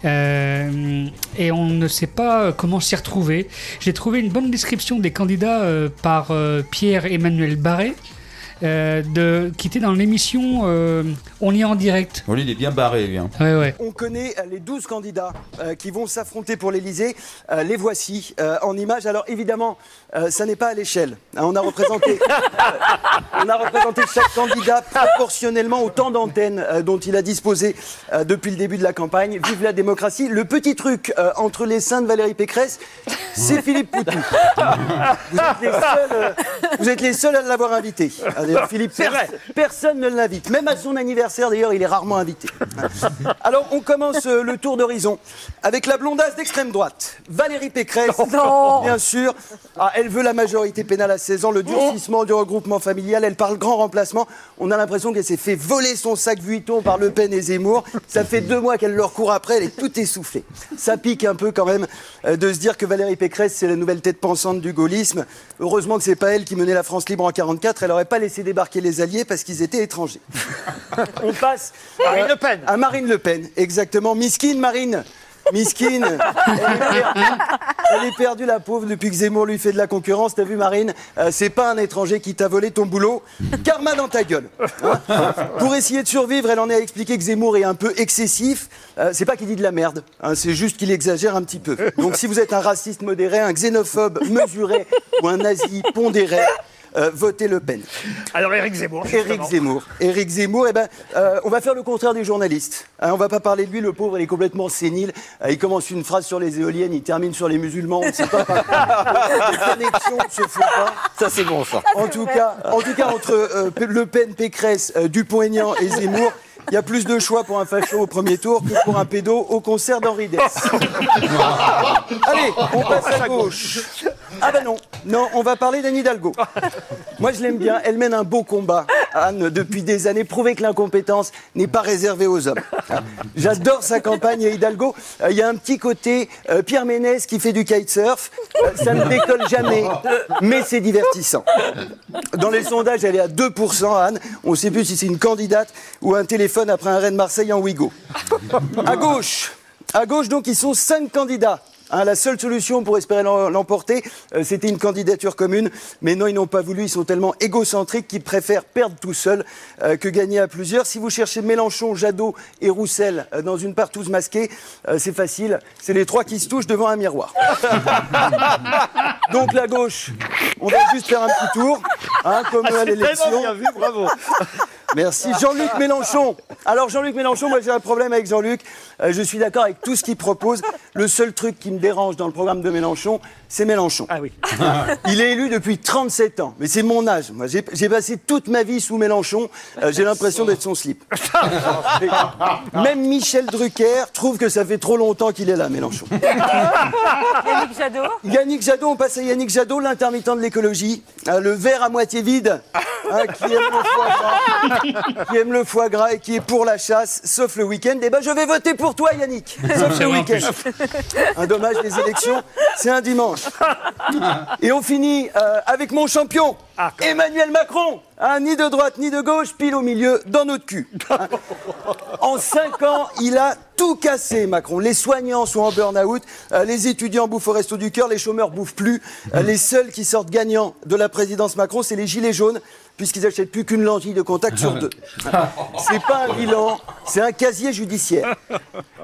Euh, et on ne sait pas comment s'y retrouver. J'ai trouvé une bonne description des candidats euh, par euh, Pierre-Emmanuel Barré. euh, de, qui était dans l'émission euh, On y est en direct.
Bon, lui, il est bien barré, lui. hein.
Ouais, ouais.
On connaît euh, les 12 candidats euh, qui vont s'affronter pour l'Elysée. les voici euh, en images. Alors évidemment, euh, ça n'est pas à l'échelle. hein. on, a représenté, euh, on a représenté chaque candidat proportionnellement au temps d'antenne euh, dont il a disposé euh, depuis le début de la campagne. Vive la démocratie. Le petit truc euh, entre les seins de Valérie Pécresse, c'est Philippe Poutou. Vous êtes les seuls, euh, vous êtes les seuls à l'avoir invité. Ah, d'ailleurs, Philippe,
C'est
pers-
vrai.
personne ne l'invite. Même à son anniversaire, d'ailleurs, il est rarement invité. Alors, on commence euh, le tour d'horizon avec la blondasse d'extrême droite, Valérie Pécresse. Bien sûr. Ah, elle veut la majorité pénale à 16 ans, le durcissement du regroupement familial. Elle parle grand remplacement. On a l'impression qu'elle s'est fait voler son sac Vuitton par Le Pen et Zemmour. Ça fait deux mois qu'elle leur court après. Elle est tout essoufflée. Ça pique un peu quand même euh, de se dire que Valérie Pécresse, c'est la nouvelle tête pensante du gaullisme. Heureusement que c'est pas elle qui menait la France libre en 44. Elle aurait pas laissé débarquer les Alliés parce qu'ils étaient étrangers. On passe à Marine Le Pen. À Marine Le Pen, exactement. Miskine, Marine. Miskine, elle, est perdue. Elle est perdue, la pauvre, depuis que Zemmour lui fait de la concurrence. T'as vu, Marine Euh, C'est pas un étranger qui t'a volé ton boulot. Karma dans ta gueule. Hein Pour essayer de survivre, elle en est à expliquer que Zemmour est un peu excessif. Euh, c'est pas qu'il dit de la merde, hein, c'est juste qu'il exagère un petit peu. Donc si vous êtes un raciste modéré, un xénophobe mesuré ou un nazi pondéré, euh, votez Le Pen.
Alors, Eric Zemmour.
Éric
justement.
Zemmour. Éric Zemmour, eh ben, euh, on va faire le contraire des journalistes. Hein, on va pas parler de lui, le pauvre, il est complètement sénile. Euh, il commence une phrase sur les éoliennes, il termine sur les musulmans. On sait pas. Les connexions ne se font pas.
Ça, c'est bon, ça.
En tout cas, en tout cas entre euh, P- Le Pen, Pécresse, euh, Dupont-Aignan et Zemmour, il y a plus de choix pour un facho au premier tour que pour un pédo au concert d'Henri Dess. Allez, on passe à gauche. Ah ben non, non, on va parler d'Anne Hidalgo. Moi, je l'aime bien. Elle mène un beau combat, Anne, depuis des années. Prouver que l'incompétence n'est pas réservée aux hommes. J'adore sa campagne à Hidalgo. Euh, Il y a un petit côté euh, Pierre Ménès qui fait du kitesurf. Euh, ça ne décolle jamais, mais c'est divertissant. Dans les sondages, elle est à 2%, Anne. On ne sait plus si c'est une candidate ou un téléphone après un Rennes-Marseille en Ouigo. À gauche, à gauche, donc, ils sont cinq candidats. Hein, la seule solution pour espérer l'em- l'emporter, euh, c'était une candidature commune. Mais non, ils n'ont pas voulu. Ils sont tellement égocentriques qu'ils préfèrent perdre tout seuls euh, que gagner à plusieurs. Si vous cherchez Mélenchon, Jadot et Roussel euh, dans une partouze masquée, euh, c'est facile. C'est les trois qui se touchent devant un miroir. Donc la gauche, on va juste faire un petit tour, hein, comme
Ah,
à
c'est
l'élection.
tellement bien vu,
bravo. Merci. Jean-Luc Mélenchon. Alors Jean-Luc Mélenchon, moi j'ai un problème avec Jean-Luc. Euh, je suis d'accord avec tout ce qu'il propose. Le seul truc qui me dérange dans le programme de Mélenchon, c'est Mélenchon. Ah oui. Il est élu depuis 37 ans, mais c'est mon âge. Moi j'ai j'ai passé toute ma vie sous Mélenchon. Euh, j'ai l'impression d'être son slip. Et Même Michel Drucker trouve que ça fait trop longtemps qu'il est là, Mélenchon.
Yannick Jadot
Yannick Jadot, on passe à Yannick Jadot, l'intermittent de l'écologie, euh, le verre à moitié vide, hein, qui, aime le foie gras, qui aime le foie gras et qui est pour la chasse, sauf le week-end. Eh ben, je vais voter pour toi, Yannick, sauf le
Absolument, en
week-end. Un dommage, les élections, c'est un dimanche. Et on finit euh, avec mon champion, Emmanuel Macron. Hein, ni de droite ni de gauche, pile au milieu, dans notre cul. Hein. En cinq ans, il a tout cassé, Macron. Les soignants sont en burn-out, euh, les étudiants bouffent au resto du cœur, les chômeurs bouffent plus. Euh, les seuls qui sortent gagnants de la présidence Macron, c'est les gilets jaunes, puisqu'ils achètent plus qu'une lentille de contact sur deux. C'est pas un bilan, c'est un casier judiciaire.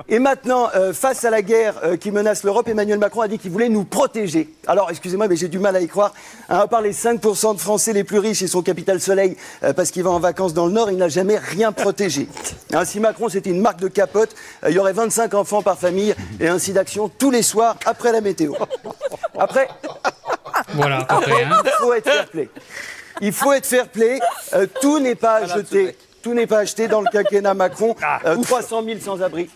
Et maintenant, euh, face à la guerre euh, qui menace l'Europe, Emmanuel Macron a dit qu'il voulait nous protéger. Alors, excusez-moi, mais j'ai du mal à y croire. Hein, à part les 5% de Français les plus riches et son capital soleil, euh, parce qu'il va en vacances dans le Nord, il n'a jamais rien protégé. Hein, si Macron, c'était une marque de capote, euh, il y aurait 25 enfants par famille et ainsi d'action tous les soirs après la météo. Après,
Voilà, à peu près, hein.
il faut être fair play. Il faut être fair play. Euh, tout n'est pas jeté. Tout n'est pas acheté dans le quinquennat Macron. Euh, 300 000 sans-abri.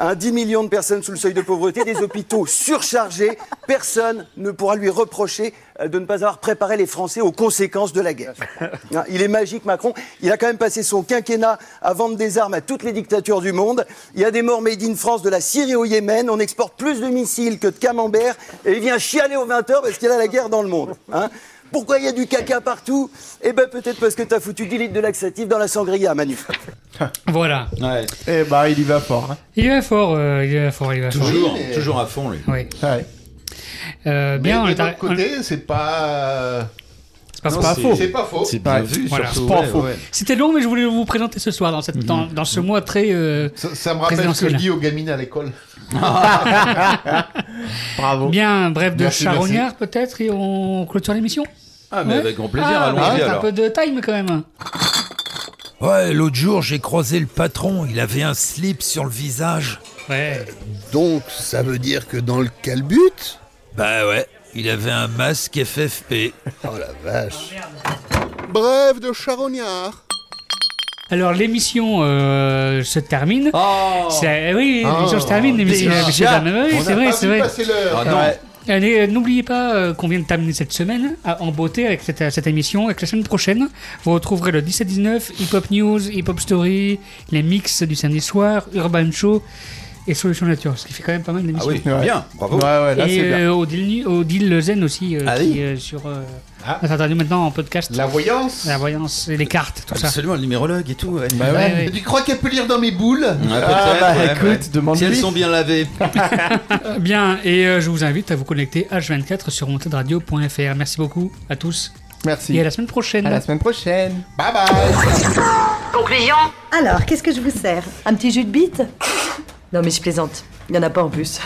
Un 10 millions de personnes sous le seuil de pauvreté, des hôpitaux surchargés. Personne ne pourra lui reprocher euh, de ne pas avoir préparé les Français aux conséquences de la guerre. Hein, Il est magique, Macron. Il a quand même passé son quinquennat à vendre des armes à toutes les dictatures du monde. Il y a des morts made in France de la Syrie au Yémen. On exporte plus de missiles que de camembert. Et il vient chialer aux 20 heures parce qu'il a la guerre dans le monde. hein. Pourquoi il y a du caca partout Eh ben peut-être parce que t'as foutu 10 litres de laxatif dans la sangria, Manu.
Voilà.
Eh bah, il y va fort. hein.
Il va fort, euh, il va fort, il va
Toujours,
fort.
toujours à fond, lui.
Oui. Euh, bien,
mais
on est
d'un
arri-
autre côté, c'est pas.
C'est pas,
Non,
faux.
c'est- C'est pas faux.
bien vu,
Voilà.
surtout, C'est pas ouais, faux. ouais. Mhm.
C'était long, mais je voulais vous présenter ce soir dans, cette, dans, dans ce mois très. euh,
Ça, ça me rappelle ce que je
présidentiel.
dis aux gamines à l'école.
Ah,
Bravo.
Bien, bref, de
Merci,
charognard peut-être, et on clôture l'émission
Ah, mais avec grand plaisir,
Ah,
allons-y,
on fait un
alors.
peu de time quand même.
Ouais, l'autre jour, j'ai croisé le patron. Il avait un slip sur le visage.
Ouais.
Donc, ça veut dire que dans le calbut Bah ouais, il avait un masque FFP. Oh la vache.
Bref de charognard.
Alors l'émission euh, se termine. C'est- euh, oui,
Oh,
l'émission se termine. L'émission,
déjà.
messieurs, dames. Oui,
On
c'est
n'a
vrai,
pas
c'est
vu
vrai.
passer l'heure. Ah, non.
Ouais. Allez, euh, N'oubliez pas euh, qu'on vient de terminer cette semaine à- en beauté avec cette, euh, cette émission et que la semaine prochaine, vous retrouverez le 17-19 Hip Hop News, Hip Hop Story, les mix du samedi soir, Urban Show et Solution Nature, ce qui fait quand même pas mal d'émissions.
Ah oui, Ouais. bien, bravo.
Ouais, ouais, là,
et
c'est bien.
euh, Odile, Odile Lezen aussi, euh,
Ah
qui
oui.
est sur euh, notre radio maintenant en podcast. La
Ah. voyance.
La voyance, et les cartes, tout ça.
Absolument, le numérologue et tout. ouais.
Bah ouais. Ouais, ouais.
Tu crois qu'elle peut lire dans mes boules
Ouais,
Ah,
peut-être,
bah,
ouais,
écoute,
ouais.
demande-lui.
Si elles sont bien lavées.
Bien, et euh, je vous invite à vous connecter H24 sur montadradio.fr. Merci beaucoup à tous.
Merci.
Et à la semaine prochaine.
À la semaine prochaine.
Bye bye.
Conclusion Alors, qu'est-ce que je vous sers Un petit jus de bite Non, mais je plaisante. Il n'y en a pas en plus.